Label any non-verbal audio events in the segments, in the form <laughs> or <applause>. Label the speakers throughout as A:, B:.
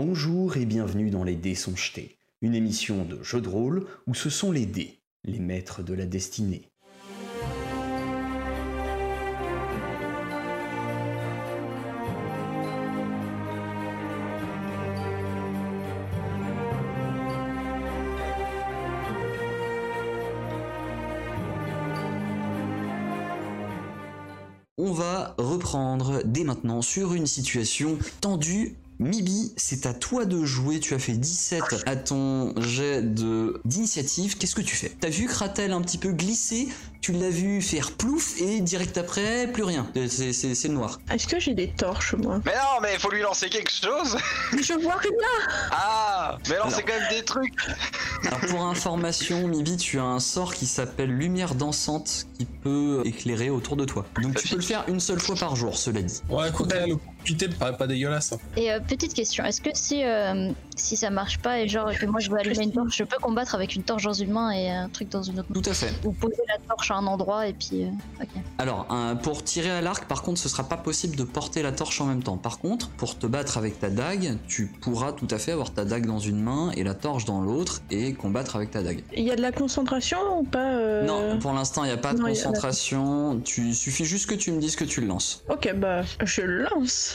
A: Bonjour et bienvenue dans Les Dés sont jetés, une émission de jeu de rôle où ce sont les dés, les maîtres de la destinée. On va reprendre dès maintenant sur une situation tendue. Mibi, c'est à toi de jouer. Tu as fait 17 à ton jet de d'initiative. Qu'est-ce que tu fais T'as vu Kratel un petit peu glisser Tu l'as vu faire plouf et direct après, plus rien. Euh, C'est- C'est c'est le noir.
B: Est-ce que j'ai des torches, moi
C: Mais non, mais faut lui lancer quelque chose
B: Mais je vois rien
C: Ah Mais lancez quand même des trucs
A: Alors pour information, Mibi, tu as un sort qui s'appelle Lumière dansante qui peut éclairer autour de toi. Donc tu peux le faire une seule fois par jour, cela dit.
D: Ouais, quoi qu'il y a, le comité me paraît pas dégueulasse. hein.
E: Et euh, petite question, est-ce que si, euh, si ça marche pas et genre que moi je veux allumer une torche, je peux combattre avec une torche dans une main et un truc dans une autre main
A: Tout à fait.
E: Ou poser la torche à un endroit et puis. euh, ok.
A: Alors, un- pour tirer à l'arc, par contre, ce sera pas possible de porter la torche en même temps. Par contre, pour te battre avec ta dague, tu pourras tout à fait avoir ta dague dans une main et la torche dans l'autre et combattre avec ta dague.
B: Il y a de la concentration ou pas euh,
A: Non, pour l'instant, il n'y a pas de
B: non, y a-
A: concentration. Tu suffit juste que tu me dises que tu le lances.
B: Ok, bah, je lance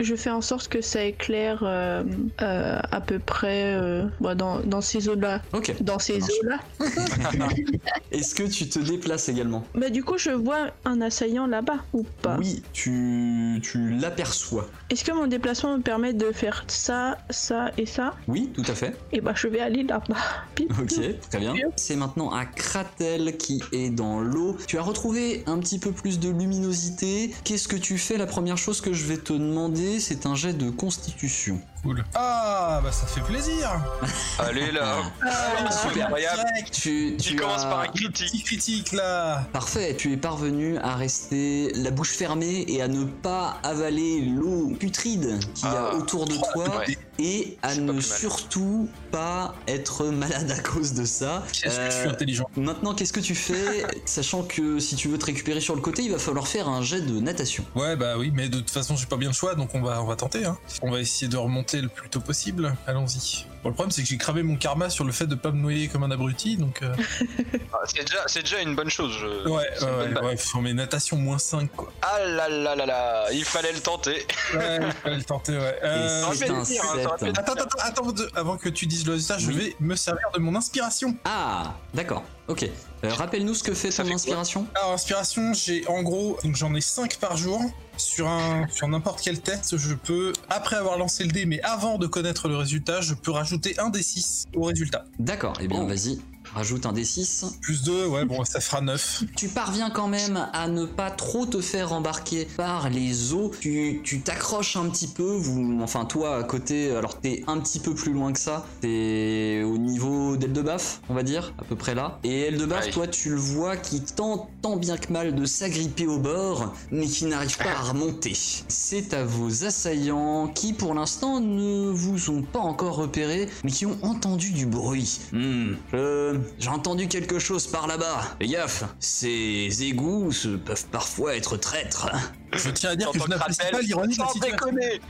B: Je fais en sorte que ça éclaire euh, euh, à peu près euh, bah, dans, dans ces eaux-là.
A: Ok.
B: Dans ces
A: marche.
B: eaux-là.
A: Est-ce que tu te déplaces également
B: Bah, du coup, je vois un assaillant là-bas ou pas
A: Oui, tu, tu l'aperçois.
B: Est-ce que mon déplacement me permet de faire ça, ça et ça
A: Oui, tout à fait.
B: Et bah, je vais aller là-bas. <laughs> Pip, pip.
A: Ok, très bien. C'est maintenant à Kratel qui est dans l'eau. Tu as retrouvé un petit peu plus de luminosité. Qu'est-ce que tu fais La première chose que je vais te demander, c'est un jet de constitution.
D: Cool. Ah, bah ça fait plaisir.
C: Allez là
D: Ah,
A: super.
C: Incroyable
D: Direct,
A: Tu, tu
C: Il commence
A: as-
C: par un
D: petit
C: critique
D: critique là.
A: Parfait, tu es parvenu à rester la bouche fermée et à ne pas avaler l'eau putride qu'il y a
C: Ah.
A: autour de toi
C: Ouais.
A: et à
C: C'est pas
A: ne
C: plus mal.
A: surtout pas être malade à cause de ça.
D: Qu'est-ce que je
A: Euh,
D: suis intelligent.
A: Maintenant, qu'est-ce que tu
C: <laughs>
A: fais Sachant que si tu veux te récupérer sur le côté, il va falloir faire un jet de natation.
D: Ouais, bah oui, mais de toute façon, j'ai pas bien le choix, donc on va, on va tenter. Hein. On va essayer de remonter le plus tôt possible. Allons-y. Bon, le problème, c'est que j'ai cramé mon karma sur le fait de pas me noyer comme un abruti, donc. euh,
C: Ah, C'est déjà, c'est déjà une bonne chose, je...
D: Ouais,
C: c'est
D: ouais,
C: une bonne
D: ouais,
C: balle.
D: ouais, faut- mais natation moins 5, quoi.
C: Ah là là là là Il fallait le tenter
D: Ouais, fallait le tenter, ouais. Euh,
C: ça
A: et
C: aurait
A: c'est
C: pu
A: un
C: être pire, hein, ça aurait pu
A: 7.
C: être-
D: Attends, attends, attends, de- avant que tu dises le résultat, je
A: Oui.
D: vais me servir de mon inspiration.
A: Ah, d'accord, ok. Euh, Rappelle-nous ce que fait
C: Ça
A: ton
C: fait quoi
A: inspiration.
D: Alors, inspiration, j'ai en gros, donc j'en ai 5 par jour. Sur un, sur n'importe quel test, je peux, après avoir lancé le dé, mais avant de connaître le résultat, je peux rajouter un des 6 au résultat.
A: D'accord, eh bien
D: Oh.
A: vas-y, rajoute un D6.
D: Plus 2, ouais, bon, ça fera <laughs> 9.
A: Tu parviens quand même à ne pas trop te faire embarquer par les eaux. Tu tu t'accroches un petit peu, vous, enfin toi à côté, alors t'es un petit peu plus loin que ça. T'es au niveau d'Eldebaf, on va dire, à peu près là. Et Eldebaf,
C: Aïe.
A: toi tu le vois qui tente tant bien que mal de s'agripper au bord, mais qui n'arrive pas à remonter. C'est à vos assaillants qui pour l'instant ne vous ont pas encore repéré, mais qui ont entendu du bruit. Hmm, je- j'ai entendu quelque chose par là-bas. Fais gaffe, ces égouts se- peuvent parfois être traîtres.
D: Je tiens à dire
C: En
D: que
C: tant
D: je
C: que
D: n'apprécie
C: rappel,
D: pas l'ironie de la
C: Sans
D: situation.
C: déconner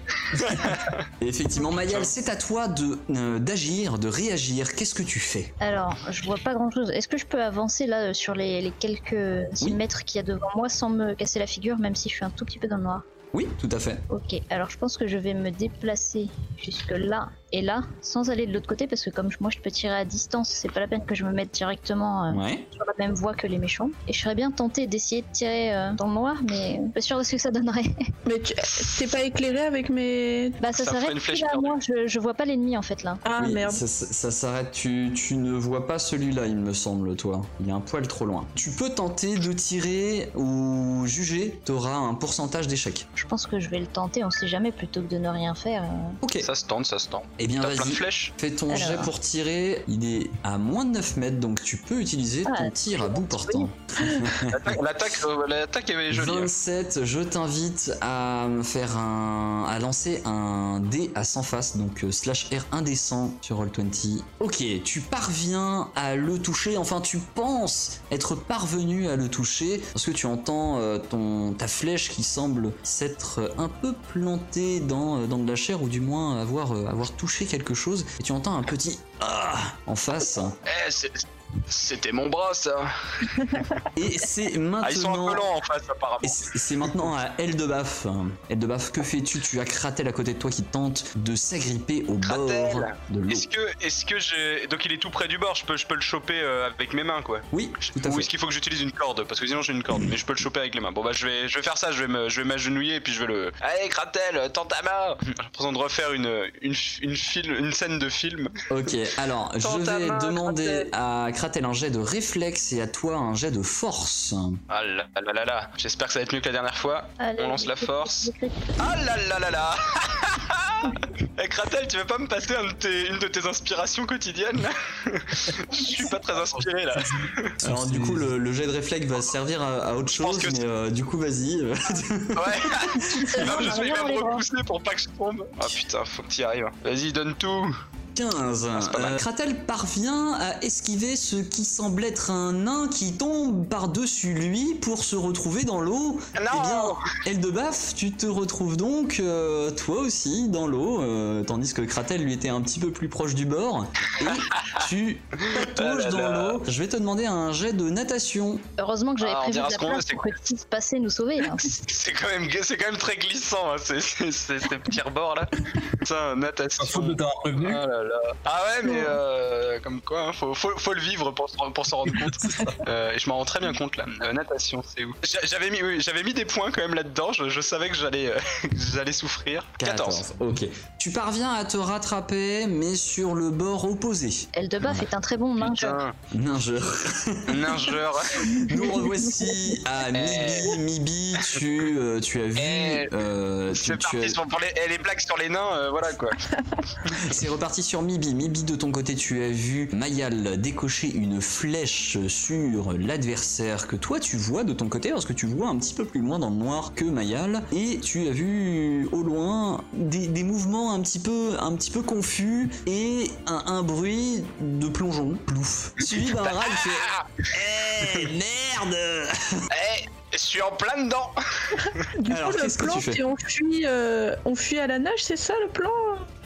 A: Et effectivement, Mayal, c'est à toi de euh, d'agir, de réagir. Qu'est-ce que tu fais
E: Alors, je vois pas grand chose. Est-ce que je peux avancer là euh, sur les, les quelques
A: Oui.
E: mètres qu'il y a devant moi sans me casser la figure, même si je suis un tout petit peu dans le noir
A: Oui, tout à fait.
E: Ok, alors je pense que je vais me déplacer jusque là et là, sans aller de l'autre côté, parce que comme je- moi je peux tirer à distance, c'est pas la peine que je me mette directement euh,
A: Ouais.
E: sur la même voie que les méchants. Et je serais bien tentée d'essayer de tirer euh, dans le noir, mais pas sûr de ce que ça donnerait. <laughs>
B: Mais tu- t'es pas éclairé avec mes.
E: bah ça,
C: Ça ferait
E: s'arrête
C: une flèche
E: pile à
C: perdue.
E: moi, je, je vois pas l'ennemi en fait là.
B: Ah
A: Oui,
B: merde.
A: Ça, ça- ça s'arrête. Tu, tu ne vois pas celui-là, il me semble, toi. Il est un poil trop loin. Tu peux tenter de tirer ou juger. T'auras un pourcentage d'échec.
E: Je pense que je vais le tenter, on sait jamais, plutôt que de ne rien faire. euh.
A: Ok.
C: Ça se tente, ça se tente.
A: eh bien,
C: T'as plein de
A: vas-y.
C: flèches
A: Fais ton
E: Alors.
A: jet pour tirer. Il est à moins de 9 mètres, donc tu peux utiliser
E: Ah,
A: ton tir à bout portant.
C: L'attaque- L'attaque euh, l'attaque est jolie. hein.
A: 27, je t'invite à me faire un, à lancer un dé à 100 faces, donc euh, slash R1 d 100 sur Roll20. Ok, tu parviens à le toucher, enfin tu penses être parvenu à le toucher, parce que tu entends euh, ton, ta flèche qui semble s'être s'être un peu planté dans, dans de la chair ou du moins avoir, euh, avoir touché quelque chose et tu entends un petit ah en face.
C: Eh, c'est- c'était mon bras ça.
A: Et c'est
C: Ah, ils sont un
A: maintenant.
C: peu lents en face apparemment.
A: Et c'est c'est maintenant à Eldebaf. Eldebaf, que fais-tu Tu as Kratel à côté de toi qui tente de s'agripper au
C: Kratel
A: bord de l'eau.
C: Est-ce que, est-ce que j'ai. Donc il est tout près du bord, je peux, je peux le choper euh, avec mes mains quoi.
A: Oui,
C: Je-
A: tout à
C: Ou
A: fait.
C: est-ce qu'il faut que j'utilise une corde Parce que sinon j'ai une corde, mais je peux le choper avec les mains. Bon bah je vais, je vais faire ça, je vais, me, je vais m'agenouiller et puis je vais le. Allez Kratel, tends ta main <laughs> J'ai l'impression de refaire une, une, une, film- une scène de film.
A: Ok, alors je
C: Tends ta
A: vais
C: main,
A: demander à Kratel un jet de réflexe et à toi un jet de force.
C: Ah là là là là là. J'espère que ça va être mieux que la dernière fois.
E: Allez,
C: On lance la
E: écoute,
C: force.
E: écoute,
C: <laughs>
E: écoute.
C: Ah là là là là <laughs> Eh, Kratel, tu veux pas me passer un de tes- une de tes inspirations quotidiennes là Je suis pas très inspiré là.
A: Alors du coup, le, Oh. le jet de réflexe va servir à, à autre
C: Je pense
A: chose,
C: que
A: mais euh, du coup, <laughs> vas-y.
C: <laughs> <laughs> Ouais, il va, me-
E: Seulement, on a
C: il
E: rien
C: va
E: dans
C: me
E: les bras.
C: repousser pour pas que je tombe. Ah putain, faut que t'y arrives. Vas-y, donne tout.
A: 15.
C: Ah, c'est pas mal.
A: Euh, Kratel parvient à esquiver ce qui semble être un nain qui tombe par-dessus lui pour se retrouver dans l'eau. Eh bien, Eldebaf, tu te retrouves donc euh, toi aussi dans l'eau, euh, tandis que Kratel lui était un petit peu plus proche du bord.
C: <laughs>
A: Et tu patauges
C: Ah là
A: dans
C: là.
A: l'eau. Je vais te demander un jet de natation.
E: Heureusement que j'avais
C: Ah, on
E: prévu
C: dira
E: de
C: ce
E: la
C: qu'on
E: place
C: veut, c'est
E: pour que Tis passait nous sauver.
C: <laughs>
E: là.
C: C'est quand même, c'est quand même très glissant, hein, ces, ces, ces- ces petits rebords là. Putain, natation.
D: Enfin, faute de t'avoir prévenu.
C: Ah là là. Ah ouais, mais euh, comme quoi, hein, faut, faut, faut le vivre pour, s'en- pour s'en rendre compte. Euh, et je m'en rends très bien compte là. Euh, natation, c'est où J'a- J'avais mis, oui, j'avais mis des points quand même là-dedans. Je, je savais que j'allais, euh, <laughs> que j'allais souffrir. 14.
A: Ok. Tu parviens à te rattraper, mais sur le bord opposé.
E: Eldebaf est un très bon mangeur.
C: Putain, <laughs>
A: Ningeur.
C: ningeur.
A: Nous revoici à Mibi. Mibi, tu, euh, tu as vu.
C: Eh,
A: euh, tu-
C: C'est
A: tu as-
C: parti sur- pour les, eh, les blagues sur les nains, euh, voilà quoi.
A: C'est reparti sur Mibi. Mibi, de ton côté, tu as vu Mayal décocher une flèche sur l'adversaire que toi tu vois de ton côté, parce que tu vois un petit peu plus loin dans le noir que Mayal, et tu as vu au loin des, des mouvements un petit peu, un petit peu confus et un, un bruit de plongeon, plouf, suivi d'un râle qui
C: <laughs>
A: fait Eh, merde
C: Eh, je suis en plein dedans.
B: Du
A: Alors,
B: coup,
A: qu'est-ce que
B: le plan,
A: tu fais
B: c'est on fuit, euh, on fuit à la nage, c'est ça le plan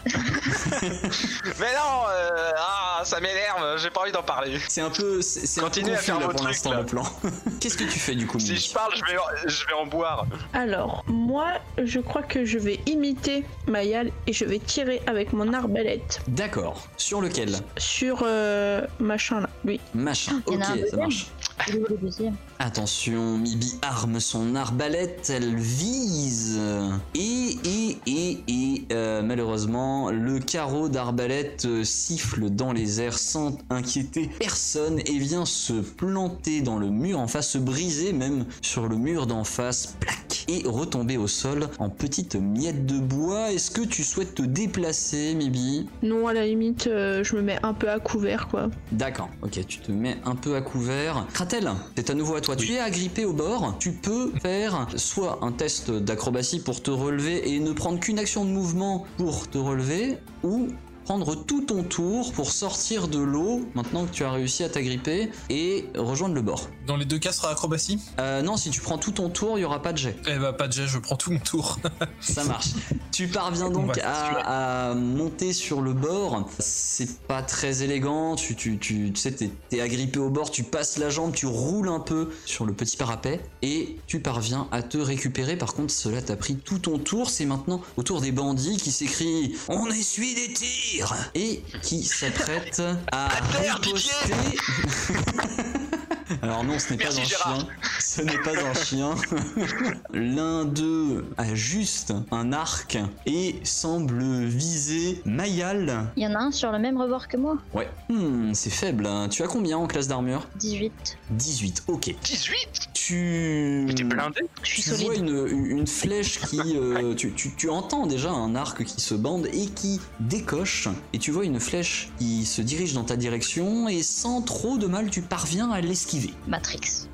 C: Mais non, euh, ah, ça m'énerve. J'ai pas envie d'en parler.
A: C'est un peu, c'est c'est un peu
C: Continuez à
A: confus
C: faire
A: là,
C: vos
A: pour
C: trucs,
A: l'instant
C: là.
A: le plan. <laughs> Qu'est-ce que tu fais du coup,
C: Si
A: Mibi
C: je parle, je vais, en- je vais en boire.
B: Alors, moi, je crois que je vais imiter Mayal et je vais tirer avec mon arbalète
A: D'accord. Sur lequel
B: sur euh, machin là, lui.
A: Machin.
E: Il y en
A: Ok,
E: a un
A: ça
E: deuxième
A: marche.
E: Il est où le deuxième
A: Attention, Mibi arme son arbalète, elle vise. Et, et, et, et, euh, malheureusement, le carreau d'arbalète euh, siffle dans les airs sans inquiéter personne et vient se planter dans le mur en face, se briser même sur le mur d'en face, plac, et retomber au sol en petites miettes de bois. Est-ce que tu souhaites te déplacer, Mibi
B: Non, à la limite, euh, je me mets un peu à couvert quoi.
A: D'accord, ok, tu te mets un peu à couvert. Kratel, c'est à nouveau à toi. Tu es agrippé au bord, tu peux faire soit un test d'acrobatie pour te relever et ne prendre qu'une action de mouvement pour te relever, ou prendre tout ton tour pour sortir de l'eau maintenant que tu as réussi à t'agripper et rejoindre le bord.
D: Dans les deux cas, ce sera acrobatie.
A: Euh, non, si tu prends tout ton tour, il n'y aura pas de jet.
D: Eh bah, pas de jet, je prends tout mon tour.
A: Ça marche. tu parviens
D: On va
A: donc
D: se
A: à, à monter sur le bord. C'est pas très élégant. Tu, tu, tu, tu sais, t'es, t'es agrippé au bord, tu passes la jambe, tu roules un peu sur le petit parapet et tu parviens à te récupérer. Par contre, cela t'a pris tout ton tour. C'est maintenant au tour des bandits qui s'écrient On essuie des tirs et qui s'apprêtent à
C: terre,
A: riposter. Alors non, ce n'est pas
C: Merci,
A: un
C: Gérard.
A: chien. Ce n'est pas un
C: <laughs>
A: chien. L'un d'eux a juste un arc et semble viser Mayal.
E: Il y en a un sur le même rebord que moi.
A: Ouais. Hmm, c'est faible. hein. Tu as combien en classe d'armure
E: 18.
A: 18. Ok.
C: 18
A: Tu.
C: Mais t'es blindé
E: Je suis
A: Tu vois
E: solide.
A: une, une flèche
C: <laughs>
A: qui. euh, tu, tu- tu entends déjà un arc qui se bande et qui décoche. Et tu vois une flèche qui se dirige dans ta direction. Et sans trop de mal, tu parviens à l'esquiver.
E: Matrix.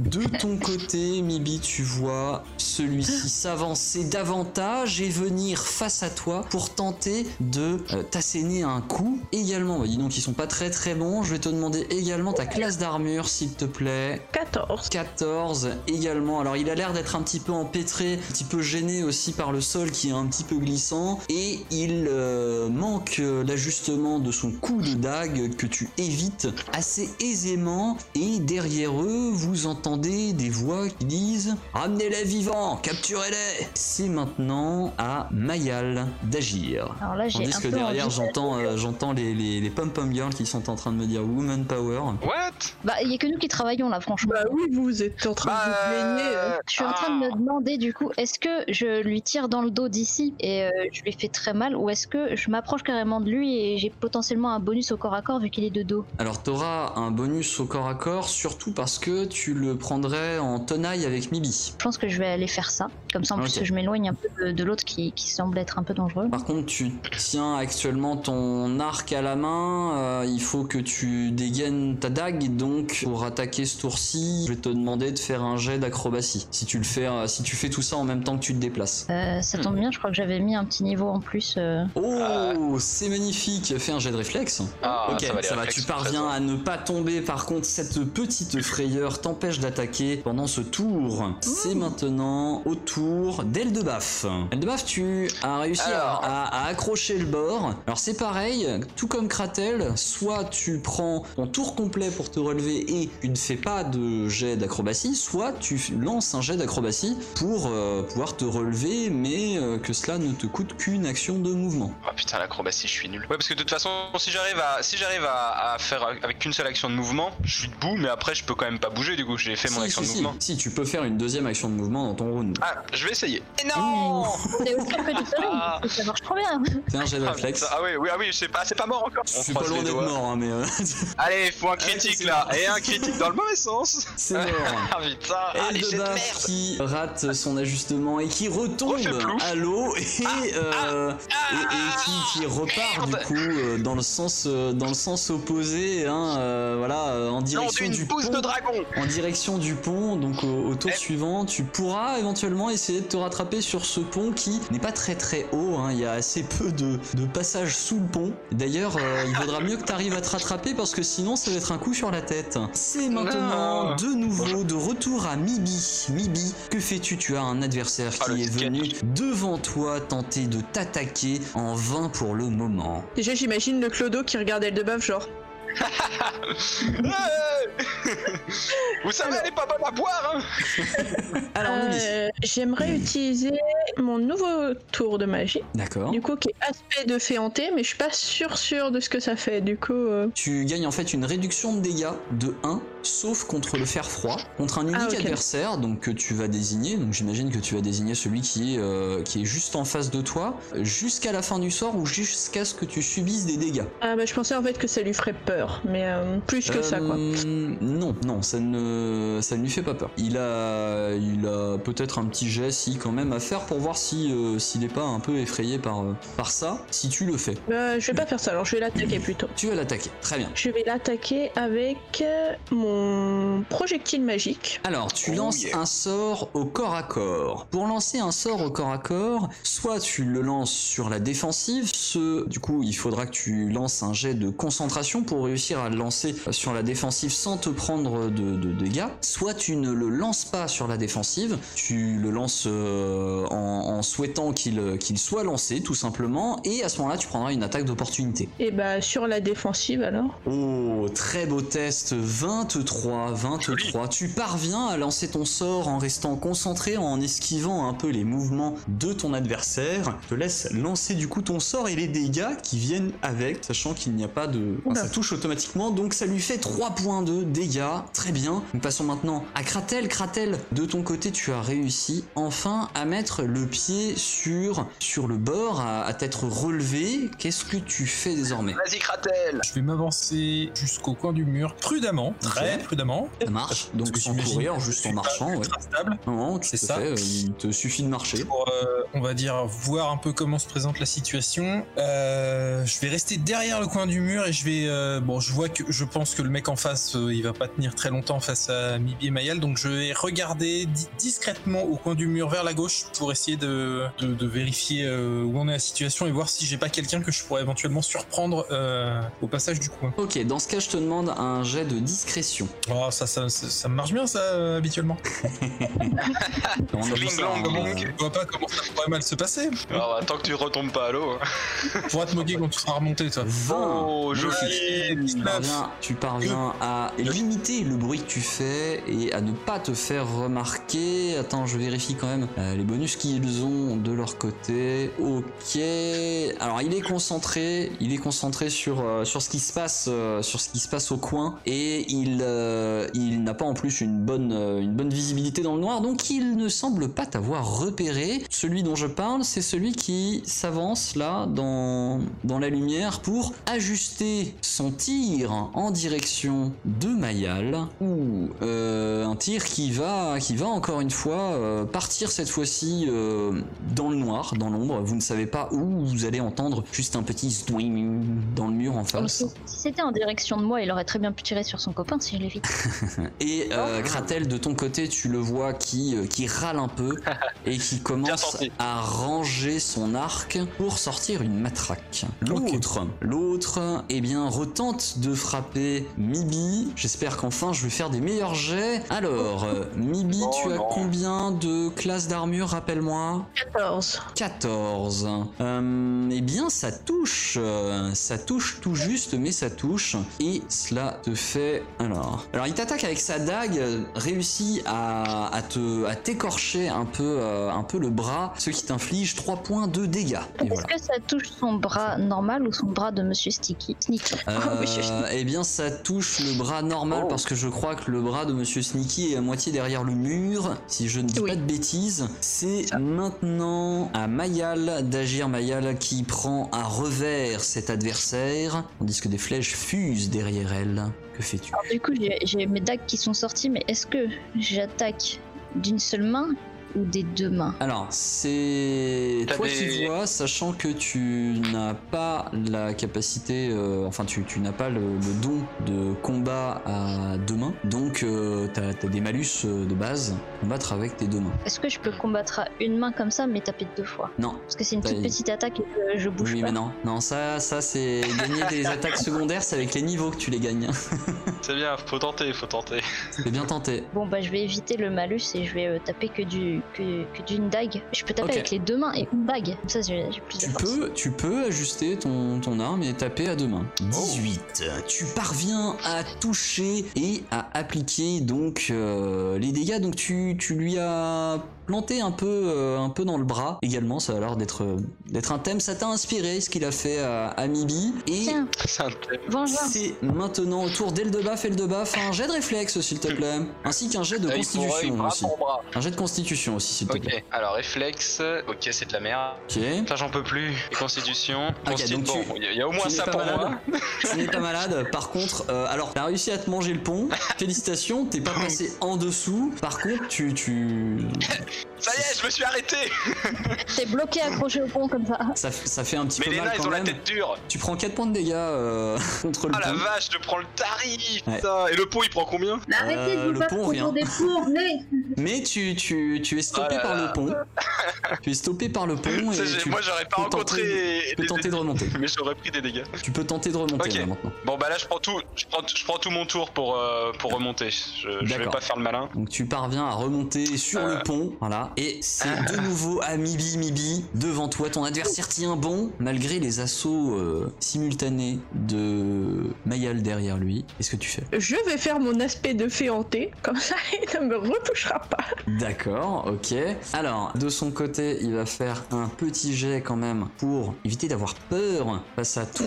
A: De ton côté, Mibi, tu vois celui-ci s'avancer davantage et venir face à toi pour tenter de euh, t'asséner un coup. Également, bah, dis donc, ils sont pas très très bons. Je vais te demander également ta classe d'armure, s'il te plaît.
B: 14.
A: 14 également. Alors il a l'air d'être un petit peu empêtré, un petit peu gêné aussi par le sol qui est un petit peu glissant et il euh, manque euh, l'ajustement de son coup de dague que tu évites assez aisément et derrière eux vous entendez des voix qui disent Ramenez-les vivants, capturez-les C'est maintenant à Mayal d'agir.
E: Alors là, j'ai
A: Tandis
E: un
A: que
E: peu
A: derrière
E: envie de-
A: j'entends euh, j'entends les, les, les pom-pom girls qui sont en train de me dire Woman Power.
C: What
E: Bah, il y a que nous qui travaillons là, franchement.
B: Bah oui, vous êtes en train de vous plaigner. euh.
E: Je suis en train
A: ah.
E: de me demander du coup, est-ce que je lui tire dans le dos d'ici et euh, je lui fais très mal ou est-ce que je m'approche carrément de lui et j'ai potentiellement un bonus au corps à corps vu qu'il est de dos
A: Alors t'auras un bonus au corps à corps, surtout parce que tu le prendrais en tenaille avec Mibi.
E: Je pense que je vais aller faire ça. Comme ça, en
A: Ok.
E: plus, je m'éloigne un peu de, de l'autre qui, qui semble être un peu dangereux.
A: Par contre, tu tiens actuellement ton arc à la main, euh, il faut que tu dégaines ta dague, donc pour attaquer ce tour-ci, je vais te demander de faire un jet d'acrobatie. Si tu le fais, euh, si tu fais tout ça en même temps que tu te déplaces.
E: Euh, ça
A: Hmm.
E: tombe bien, je crois que j'avais mis un petit niveau en plus. euh.
A: Oh, c'est magnifique, fais un jet de réflexe.
C: Ah,
A: ok,
C: ça va, les réflexes
A: tu
C: sont très
A: parviens
C: bons.
A: à ne pas tomber. Par contre, cette petite frayeur t'empêche d'attaquer pendant ce tour. C'est maintenant au tour d'Eldebaf. Eldebaf, tu as réussi à-
C: Alors.
A: à, à accrocher le bord. Alors c'est pareil, tout comme Kratel, soit tu prends ton tour complet pour te relever et tu ne fais pas de jet d'acrobatie, soit tu f- lances un jet d'acrobatie pour euh, pouvoir te relever, mais euh, que cela ne te coûte qu'une action de mouvement.
C: Ah putain, l'acrobatie, je suis nul. Ouais, parce que de toute façon, si j'arrive à, si j'arrive à, à faire avec qu'une seule action de mouvement, je suis debout, mais après, je peux quand même pas bouger. Du coup, j'ai fait mon
A: Si,
C: action
A: si,
C: de
A: si.
C: mouvement.
A: Si, tu peux faire une deuxième action de mouvement dans ton round.
C: Ah, je vais essayer. Et
A: Ouh.
C: non
E: C'est aussi que du soleil,
C: Ah.
E: ça marche trop bien.
A: C'est un jet de
C: ah,
A: réflexe.
C: putain, ah oui, oui, ah oui, je sais pas, c'est pas mort encore.
A: Je
C: On
A: suis pas
C: croise
A: loin
C: les
A: d'être
C: doigts.
A: mort, hein, mais euh, <laughs>
C: Allez, il faut un critique
A: Ah, c'est
C: là,
A: bon.
C: et un critique dans le
A: <laughs>
C: mauvais sens.
A: c'est mort.
C: Ah putain, ah, les jets de
A: Eldebaf
C: merde. Oh,
A: qui rate son ajustement et qui retombe
C: Refais plouf.
A: à l'eau et,
C: Ah,
A: euh, et- et qui, qui repart
C: merde.
A: du coup euh, dans le sens euh, dans le sens opposé, hein, euh, voilà, euh, en
C: Nom
A: direction du
C: d'une
A: pont.
C: pousse
A: <laughs>
C: de dragon.
A: En direction du pont, donc au, au tour
C: Eh.
A: suivant, tu pourras éventuellement essayer de te rattraper sur ce pont qui n'est pas très très haut, hein. il y a assez peu de, de passages sous le pont. D'ailleurs, euh, il vaudra mieux que tu arrives à te rattraper parce que sinon ça va être un coup sur la tête.
C: Ah.
A: C'est maintenant
C: Non.
A: de nouveau de retour à Mibi. Mibi, que fais-tu Tu as un adversaire
C: Ah, le
A: qui est
C: sketch.
A: venu devant toi tenter de t'attaquer en vain pour le moment.
B: Déjà, j'imagine le clodo qui regarde Eldebaf, genre.
C: Ouais. Vous savez, elle est pas bonne à boire. Hein.
A: Alors Mibi,
B: Euh, J'aimerais utiliser mon nouveau tour de magie,
A: d'accord.
B: du coup, qui est aspect de fée hantée, mais je suis pas sûre sûre de ce que ça fait. Du coup, euh,
A: Tu gagnes en fait une réduction de dégâts de 1, sauf contre le fer froid, contre un unique
B: Ah, ok.
A: adversaire, donc que tu vas désigner. Donc j'imagine que tu vas désigner celui qui est, euh, qui est juste en face de toi, jusqu'à la fin du sort ou jusqu'à ce que tu subisses des dégâts.
B: ah, bah, je pensais en fait que ça lui ferait peur, mais euh, plus que ça, quoi.
A: Euh, Non, non, ça ne, ça ne lui fait pas peur. Il a, il a peut-être un petit geste, si quand même, à faire pour voir si, euh, s'il n'est pas un peu effrayé par, euh, par ça. Si tu le fais,
B: Euh, je vais pas faire ça, alors je vais l'attaquer plutôt.
A: tu vas l'attaquer. Très bien.
B: Je vais l'attaquer avec euh, mon projectile magique.
A: Alors, tu
C: Oh
A: lances
C: yeah.
A: un sort au corps à corps. Pour lancer un sort au corps à corps, soit tu le lances sur la défensive, ce, du coup, il faudra que tu lances un jet de concentration pour réussir à le lancer sur la défensive sans te prendre de, de dégâts, soit tu ne le lances pas sur la défensive, tu le lances euh, en, en souhaitant qu'il euh, qu'il soit lancé, tout simplement, et à ce moment-là, tu prendras une attaque d'opportunité.
B: Et bah, sur la défensive, alors.
A: Oh, très beau test, 23, 23. Tu parviens à lancer ton sort en restant concentré, en esquivant un peu les mouvements de ton adversaire. Je te laisse lancer du coup ton sort et les dégâts qui viennent avec, sachant qu'il n'y a pas de... enfin,
B: Oula.
A: ça touche automatiquement, donc ça lui fait 3 points de dégâts. Très bien. Nous passons maintenant à Kratel. Kratel, de ton côté, tu as réussi enfin à mettre le pied sur, sur le bord, à, à t'être relevé. Qu'est-ce que tu fais désormais
C: Vas-y, Kratel.
D: Je vais m'avancer jusqu'au coin du mur, prudemment, très ouais, prudemment.
A: Ça marche.
D: Parce
A: Donc
D: que
A: sans
D: j'imagine
A: courir,
D: que
A: juste
D: je
A: en
D: suis pas
A: marchant. Ouais.
D: ultra stable
A: Non, non, tout
D: C'est
A: à
D: ça.
A: fait. euh, Il te suffit de marcher.
D: pour, euh, on va dire, voir un peu comment se présente la situation. Euh, je vais rester derrière le coin du mur et je vais. euh, bon, je vois que je pense que le mec en face, euh, il va pas tenir très longtemps face à Mibi et Mayal, donc je vais regarder di- discrètement au coin du mur vers la gauche pour essayer de, de- de vérifier euh, où en est la situation et voir si j'ai pas quelqu'un que je pourrais éventuellement surprendre euh, au passage du coin.
A: Ok, dans ce cas, je te demande un jet de discrétion.
D: Oh, ça, ça, ça, ça me marche bien, ça, euh, habituellement.
A: On a
C: Bling,
A: ça,
C: blang,
A: hein,
C: bling.
A: euh,
D: Je vois pas comment ça pourrait mal se passer.
C: Alors, bah, tant que tu retombes pas à l'eau. hein.
D: Pour te moquer quand tu seras remonté, toi.
A: 20.
C: Oh, joli.
D: Ouais,
A: Tu parviens, tu parviens à limiter le bruit que tu fais et à ne pas te faire remarquer. Attends, je vérifie quand même euh, les bonus qu'ils ont de leur côté. Ok. Alors il est concentré, il est concentré sur euh, sur ce qui se passe, euh, sur ce qui se passe au coin et il euh, il n'a pas en plus une bonne euh, une bonne visibilité dans le noir, donc il ne semble pas t'avoir repéré. Celui dont je parle, c'est celui qui s'avance là dans dans la lumière pour ajuster son tir en direction de Mayal ou euh, un tir qui va qui va encore une fois euh, partir cette fois-ci euh, dans le noir, dans l'ombre. Vous ne savez pas où. Vous allez entendre juste un petit zouing dans le mur en
E: Donc,
A: face.
E: si si c'était en direction de moi, il aurait très bien pu tirer sur son copain si je l'évite.
A: Et euh, Kratel, de ton côté, tu le vois qui, euh, qui râle un
C: <laughs>
A: peu et qui commence
C: senti.
A: à ranger son arc pour sortir une matraque. L'autre, l'autre, eh bien, retente de frapper Mibi. J'espère qu'enfin, je vais faire des meilleurs jets. Alors, euh, Mibi,
C: Oh
A: tu as
C: non.
A: combien de classes d'armure, rappelle-moi
B: 14.
A: 14. Euh, eh bien, ça touche. euh, Ça touche tout juste, mais ça touche. Et cela te fait. Alors. Alors, il t'attaque avec sa dague, euh, réussit à, à te à t'écorcher un peu, euh, un peu le bras, ce qui t'inflige 3 points de dégâts. Et
E: Est-ce
A: voilà.
E: que ça touche son bras normal ou son bras de Monsieur Sticky Sneaky
B: <laughs> Ah, oui, je-
A: Euh, eh bien, ça touche le bras normal
C: Oh.
A: parce que je crois que le bras de Monsieur Sneaky est à moitié derrière le mur. Si je ne dis
B: Oui.
A: pas de bêtises, c'est maintenant à Mayal d'agir. Mayal qui prend à revers cet adversaire, tandis que des flèches fusent derrière elle. Que fais-tu
E: Alors, du coup, j'ai- j'ai mes dagues qui sont sorties, mais est-ce que j'attaque d'une seule main ou des deux mains
A: Alors, c'est
C: T'as
A: toi
C: des-
A: qui vois, sachant que tu n'as pas la capacité, euh, enfin tu, tu n'as pas le, le don de combat à deux mains, donc euh, t'as t'as des malus euh, de base, combattre avec tes deux mains.
E: Est-ce que je peux combattre à une main comme ça, mais taper deux fois
A: Non.
E: Parce que c'est une
A: Bah,
E: toute
A: il-
E: petite attaque et que je bouge
A: Oui
E: pas.
A: mais non, non ça, ça c'est gagner des attaques secondaires, c'est avec les niveaux que tu les gagnes. <laughs>
C: C'est bien, faut tenter, faut tenter.
A: C'est bien tenté.
E: Bon, bah, je vais éviter le malus et je vais euh, taper que du que, que d'une dague. Je peux taper
A: Ok.
E: avec les deux mains et une dague. Comme ça, j'ai j'ai plus de
A: Tu
E: force.
A: peux, tu peux ajuster ton, ton arme et taper à deux mains. 18. Tu parviens à toucher et à appliquer donc euh, les dégâts. Donc tu, tu lui as planté un peu, euh, un peu dans le bras également. Ça a l'air d'être euh, d'être un thème. Ça t'a inspiré ce qu'il a fait à, à Mibi. Et
E: Tiens,
C: <laughs> C'est un thème.
E: vengeance.
A: c'est maintenant au tour d'Eldebaf. Eldebaf, un jet de réflexe s'il te plaît. Ainsi qu'un jet de
C: Ah, il pourrait, il
A: constitution
C: bras
A: aussi.
C: pour bras.
A: Un jet de constitution aussi s'il te plaît.
C: Ok, alors réflexe, ok, c'est de la merde.
A: Ok.
C: Putain, j'en peux plus. Et constitution, consti-
A: donc tu-
C: bon, il y, a au moins
A: Tu n'es
C: ça
A: pas
C: pour
A: malade.
C: moi.
A: <laughs> Tu n'es pas malade, par contre, euh, alors t'as réussi à te manger le pont, félicitations, t'es pas passé en dessous, par contre tu... tu...
C: Ça y est, je me suis arrêté.
E: T'es bloqué, accroché au pont comme ça. Ah,
A: Ça, f- ça fait un petit
C: Mais
A: peu
C: les nains,
A: mal
C: ils
A: quand
C: ont la
A: même.
C: tête dure.
A: Tu prends 4 points de dégâts euh, <laughs> contre le
C: Ah la
A: pont.
C: vache, je prends le tari. putain. Et le pot, il prend combien
F: Mais arrêtez
A: Euh,
F: de
A: le
F: vous battre
A: pont, rien.
F: contre des fournées
A: <laughs> Mais tu, tu, tu es stoppé
C: Ah là
A: par
C: là.
A: le
C: <laughs>
A: pont. tu es stoppé par le pont
C: Ça,
A: et
C: j'ai-
A: tu
C: Moi, j'aurais pas
A: peux tenter-
C: rencontré.
A: peux
C: les-
A: tenter de remonter.
C: Mais j'aurais pris des dégâts.
A: Tu peux tenter de remonter
C: Ok.
A: là, maintenant.
C: Bon bah là je prends tout, je prends, je prends tout mon tour pour, euh, pour remonter. Je, je vais
A: D'accord.
C: pas faire le malin.
A: Donc tu parviens à remonter sur
C: Euh.
A: le pont, voilà, et c'est de nouveau à Mibi Mibi devant toi. Ton adversaire tient bon malgré les assauts euh, simultanés de Mayal derrière lui. Qu'est-ce que tu fais
B: Je vais faire mon aspect de féanté, comme ça <laughs> il ne me retouchera pas.
A: D'accord, ok. Alors de son côté, il va faire un petit jet quand même pour éviter d'avoir peur face à toi.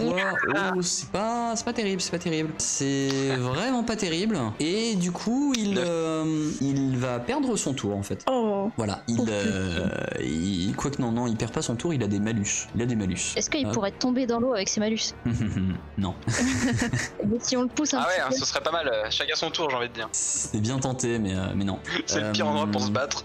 A: Oh, c'est pas, c'est pas terrible, c'est pas terrible. C'est vraiment pas terrible. Et du coup, il,
C: Neuf.
A: euh, il va perdre son tour en fait.
B: Oh,
A: Voilà, Voilà, il,
B: Oh,
A: euh, il- Quoique non, non, il perd pas son tour, il a des malus. Il a des malus.
E: Est-ce qu'il
A: Ah.
E: pourrait tomber dans l'eau avec ses malus
A: <laughs> non.
E: Mais Si on le pousse un
C: Ah ouais,
E: petit
C: hein,
E: peu.
C: ce serait pas mal. euh, Chacun son tour, j'ai envie de dire.
A: C'est bien tenté, mais, euh, mais non.
C: C'est le pire
A: Euh,
C: endroit pour se battre.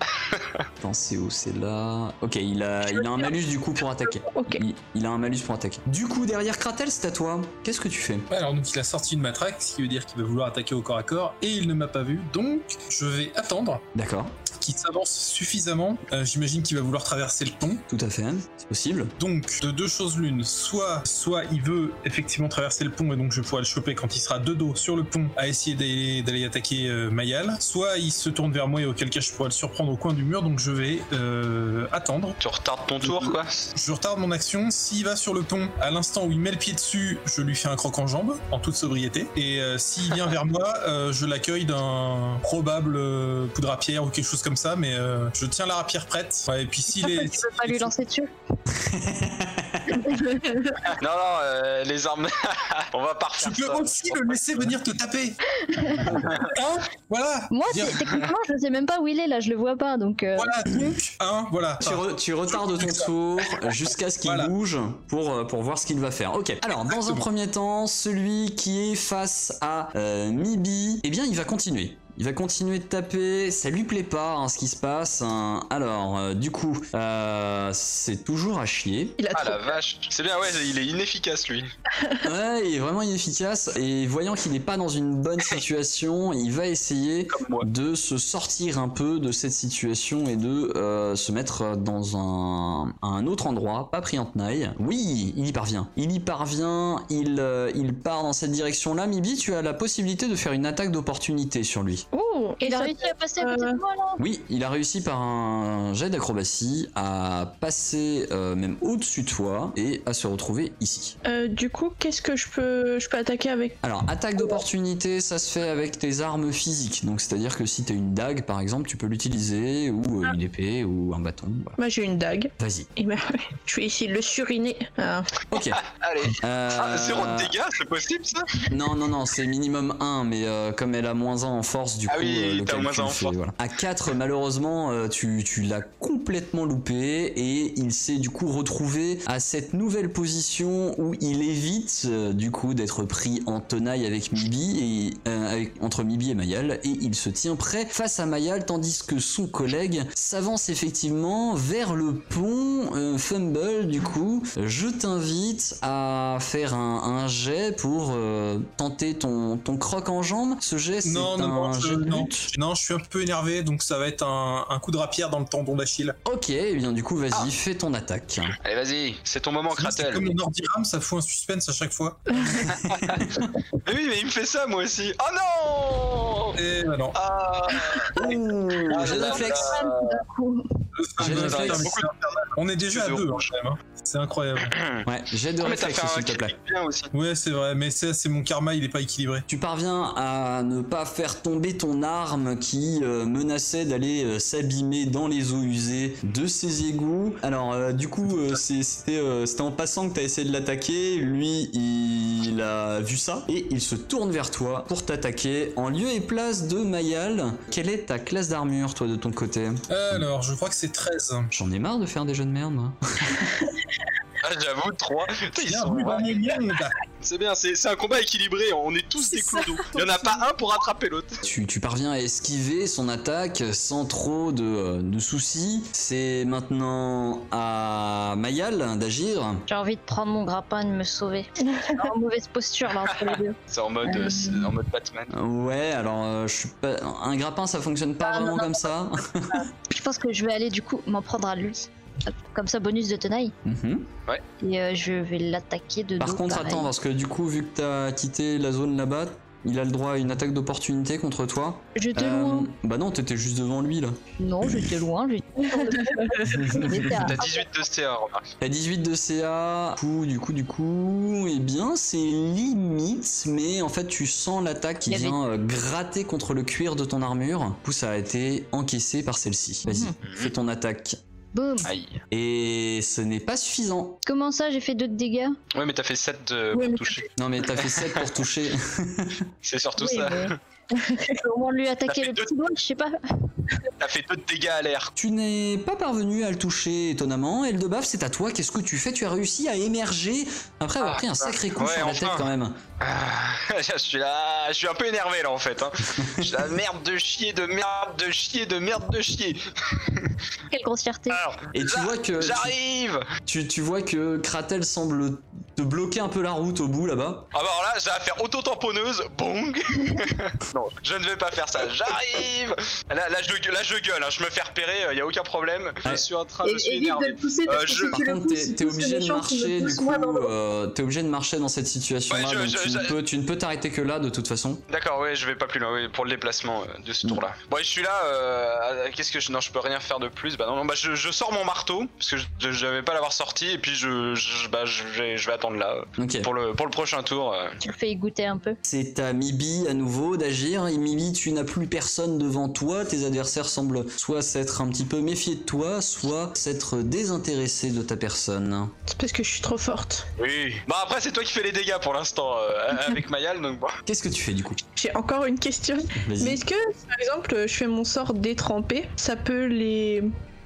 A: Attends, c'est où C'est là. Ok, il a, il a un malus du coup pour attaquer.
B: Ok.
A: Il, il a un malus pour attaquer. Du coup, derrière Kratel, c'est à toi. Qu'est-ce que tu fais
D: Ouais, alors donc il a sorti une matraque, ce qui veut dire qu'il va vouloir attaquer au corps à corps, et il ne m'a pas vu, donc je vais attendre
A: D'accord,
D: qu'il s'avance suffisamment. Euh, J'imagine qu'il va vouloir traverser le pont.
A: tout à fait, c'est possible.
D: Donc de deux choses l'une, soit soit il veut effectivement traverser le pont et donc je pourrai le choper quand il sera de dos sur le pont à essayer d'aller- d'aller attaquer euh, Mayal, soit il se tourne vers moi et auquel cas je pourrais le surprendre au coin du mur, donc je vais euh, attendre.
C: Tu retardes ton tour, quoi.
D: Je retarde mon action. S'il va sur le pont, à l'instant où il met le pied dessus, je lui fais un croc en jambe, en toute sobriété. Et euh, s'il vient vers moi, euh, je l'accueille d'un probable euh, coup de rapière ou quelque chose comme ça, mais euh, je tiens la rapière prête. Ouais, et puis s'il
C: <laughs>
D: est.
E: Tu peux pas lui lancer dessus
C: Non, non, euh, les armes. <laughs> On va pas
D: Tu
C: refaire
D: peux
C: ça.
D: aussi le laisser venir
C: <laughs>
D: te taper. Hein Voilà.
E: Moi,
D: Dire-
E: t- techniquement, je sais même pas où il est là, je le vois pas donc. euh,
D: Voilà, donc, hein, voilà.
A: Tu, re- tu retardes ton tour jusqu'à ce qu'il
D: Voilà.
A: bouge pour, euh, pour voir ce qu'il va faire. Ok. Alors, dans un
D: Exactement.
A: premier temps, celui qui est face à euh, Mibi, eh bien, il va continuer. Il va continuer de taper, ça lui plaît pas hein, ce qui se passe. hein. Alors, euh, du coup, euh, c'est toujours à chier.
B: Il a
C: Ah
B: trop.
C: la vache. C'est bien, ouais, il est inefficace, lui.
A: Ouais, il est vraiment inefficace. Et voyant qu'il n'est pas dans une bonne situation, il va essayer
C: Comme moi.
A: de se sortir un peu de cette situation et de euh, se mettre dans un, à un autre endroit, pas pris en tenaille. Oui, il y parvient. Il y parvient, il, euh, il part dans cette direction-là. Mibi, tu as la possibilité de faire une attaque d'opportunité sur lui.
B: Oh,
E: Il
B: ça-
E: a réussi à passer à côté de moi là
A: Oui, il a réussi par un jet d'acrobatie à passer euh, même au-dessus de toi et à se retrouver ici.
B: Euh, du coup, qu'est-ce que je peux, je peux attaquer avec
A: Alors, attaque d'opportunité, ça se fait avec tes armes physiques. Donc, c'est-à-dire que si t'as une dague, par exemple, tu peux l'utiliser, ou euh, une épée, ou un bâton. voilà.
B: Moi, Bah, j'ai une dague. <laughs>
A: Vas-y.
B: Et ben, je vais essayer de le suriner. Ah,
A: Ok.
C: Allez. <laughs> Ah,
A: Euh,
C: zéro de dégâts, c'est possible ça
A: Non, non, non, c'est minimum 1, mais euh, comme elle a moins 1 en force, du
C: Ah
A: coup,
C: oui,
A: euh, le
C: t'as
A: calcul
C: moins un en
A: fait-
C: force.
A: voilà. À 4, malheureusement, euh, tu, tu l'as complètement loupé et il s'est du coup retrouvé à cette nouvelle position où il évite euh, du coup d'être pris en tenaille avec Mibi et euh, avec- entre Mibi et Mayal et il se tient prêt face à Mayal tandis que son collègue s'avance effectivement vers le pont euh, Fumble du coup. Je t'invite à faire un, un jet pour euh, tenter ton, ton croc en jambe. Ce jet c'est
D: Non, non, non,
A: un
D: je,
A: jet de
D: non,
A: lutte.
D: non, je suis un peu énervé, donc ça va être un, un coup de rapière dans le tendon d'Achille.
A: Ok, eh bien du coup vas-y,
C: Ah.
A: fais ton attaque.
C: Allez, vas-y, c'est ton moment,
D: C'est
C: Kratel.
D: comme mon ordiram, ça fout un suspense à chaque fois.
C: Mais oui, mais il me fait ça, moi aussi. Oh non
D: Et bah non.
C: Ah
A: Oh,
C: là
A: jet de
C: là.
A: réflexe.
E: d'un coup.
D: Le
A: J'ai
D: fameux
A: le réflexe.
D: ordiram, beaucoup d'infernal. On est déjà à
C: Deux
D: deux,
C: euros.
D: hein, quand même. hein. C'est incroyable.
A: Ouais, jet de
C: Ah, mais t'as
A: réflexe
C: fait un
A: s'il te plaît.
C: critique bien aussi.
D: Ouais, c'est vrai, mais ça, c'est mon karma, il est pas équilibré.
A: Tu parviens à ne pas faire tomber ton arme qui euh, menaçait d'aller euh, s'abîmer dans les eaux usées de ses égouts. Alors euh, du coup, euh, c'est- c'était euh, c'était en passant que t'as essayé de l'attaquer. Lui, il a vu ça et il se tourne vers toi pour t'attaquer en lieu et place de Mayal. Quelle est ta classe d'armure, toi, de ton côté
D: Alors, je crois que c'est 13.
A: J'en ai marre de faire des jeux de merde. moi.
C: Ah, j'avoue, 3. Ils sont
D: Bienvenue dans
C: vagues.
D: mon monde.
C: C'est bien, c'est c'est un combat équilibré, hein. on est tous
B: C'est
C: des
B: ça.
C: clous d'eau. Il y en a pas un pour attraper l'autre.
A: Tu, tu parviens à esquiver son attaque sans trop de, euh, de soucis. C'est maintenant à Mayal d'agir.
E: J'ai envie de prendre mon grappin et de me sauver. Je suis en mauvaise posture là entre les deux.
C: C'est en mode, euh, c'est en mode Batman.
A: Ouais, alors euh, je suis pas. Un grappin, ça fonctionne pas
E: Ah,
A: vraiment
E: non, non.
A: comme
E: <laughs>
A: ça.
E: Je pense que je vais aller du coup m'en prendre à lui. Hop, Comme ça, bonus de tenaille.
A: Mhm.
E: Et euh, je vais l'attaquer de
A: Par
E: dos,
A: contre,
E: pareil.
A: attends, parce que du coup, vu que t'as quitté la zone là-bas, il a le droit à une attaque d'opportunité contre toi.
E: J'étais
A: Euh,
E: loin.
A: bah non, t'étais juste devant lui là.
E: Non, j'étais loin. j'étais sur <laughs> le- j'étais à-
C: T'as 18 de CA, remarque.
A: La 18 de CA, du coup, du coup, du coup, eh bien, c'est limite, mais en fait, tu sens l'attaque qui
E: Il y avait-
A: vient euh, gratter contre le cuir de ton armure. Du coup, ça a été encaissé par celle-ci. Vas-y,
E: Mhm.
A: fais ton attaque.
E: Boum.
C: Aïe.
A: Et ce n'est pas suffisant.
E: Comment ça, j'ai fait 2 de dégâts
C: Ouais, mais t'as fait 7 de
B: Ouais,
C: pour
B: mais
C: toucher.
E: <laughs>
A: Non, mais t'as fait 7 pour toucher.
C: C'est surtout
E: Oui,
C: ça.
E: mais Je peux au moins lui attaquer
C: fait
E: le
C: deux-
E: petit doigt, je sais pas.
C: T'as fait peu de dégâts à l'air. <laughs>
A: Tu n'es pas parvenu à le toucher, étonnamment. Et le debaf, c'est à toi. Qu'est-ce que tu fais Tu as réussi à émerger après avoir
C: Ah,
A: pris un
C: putain.
A: sacré coup
C: Ouais,
A: sur la
C: enfin.
A: tête, quand même.
C: Ah, je suis là, je suis un peu énervé là en fait. Hein. Je suis la merde de chier, de merde de chier, de merde de chier.
E: Quelle grossièreté.
C: Alors,
A: Et tu
C: là,
A: vois que tu,
C: j'arrive.
A: tu- tu vois que Kratel semble te bloquer un peu la route au bout là-bas.
C: Ah bah alors là, j'ai à faire auto-tamponneuse, bong <laughs> Non, je ne vais pas faire ça, j'arrive là, là, je, gueule- là, je gueule, hein, je me fais repérer, il y a aucun problème, je
A: Ouais.
C: suis en train,
F: Et
C: je suis
F: évite de
C: énervé.
F: le pousser parce
C: Euh,
F: que
C: je-
F: si
A: Par
F: tu le
A: contre,
F: pousses,
A: t'es
F: il
A: t'es
F: pousse,
A: obligé
F: il y a
A: de
F: des chances qu'il
A: marcher
F: me
A: du
F: pousse
A: coup.
F: moi dans l'eau.
A: euh, t'es obligé de marcher dans cette situation-là,
C: Ouais, je-
A: donc
C: je-
A: tu,
C: je-
A: ne peux, tu ne peux t'arrêter que là de toute façon.
C: D'accord, ouais, je vais pas plus loin oui, pour le déplacement euh, de ce
A: Mm.
C: tour-là. Bon, je suis là, euh, à- qu'est-ce que je... Non, je peux rien faire de plus, bah non, non bah je, je sors mon marteau, parce que je, je vais pas l'avoir sorti, et puis je, je- bah, je, vais, je vais attendre là, euh,
A: Ok.
C: pour le, pour le prochain tour. euh.
E: Tu le fais y goûter un peu.
A: C'est à Mibi à nouveau d'agir. Et Mibi, tu n'as plus personne devant toi. Tes adversaires semblent soit s'être un petit peu méfiés de toi, soit s'être désintéressés de ta personne.
B: C'est parce que je suis trop forte.
C: Oui. Bah après, c'est toi qui fais les dégâts pour l'instant, euh, avec Mayal,
A: <laughs>
C: donc bon.
A: Qu'est-ce que tu fais du coup
B: J'ai encore une question.
A: Vas-y.
B: Mais est-ce que, si, par exemple, je fais mon sort détrempé, ça peut les.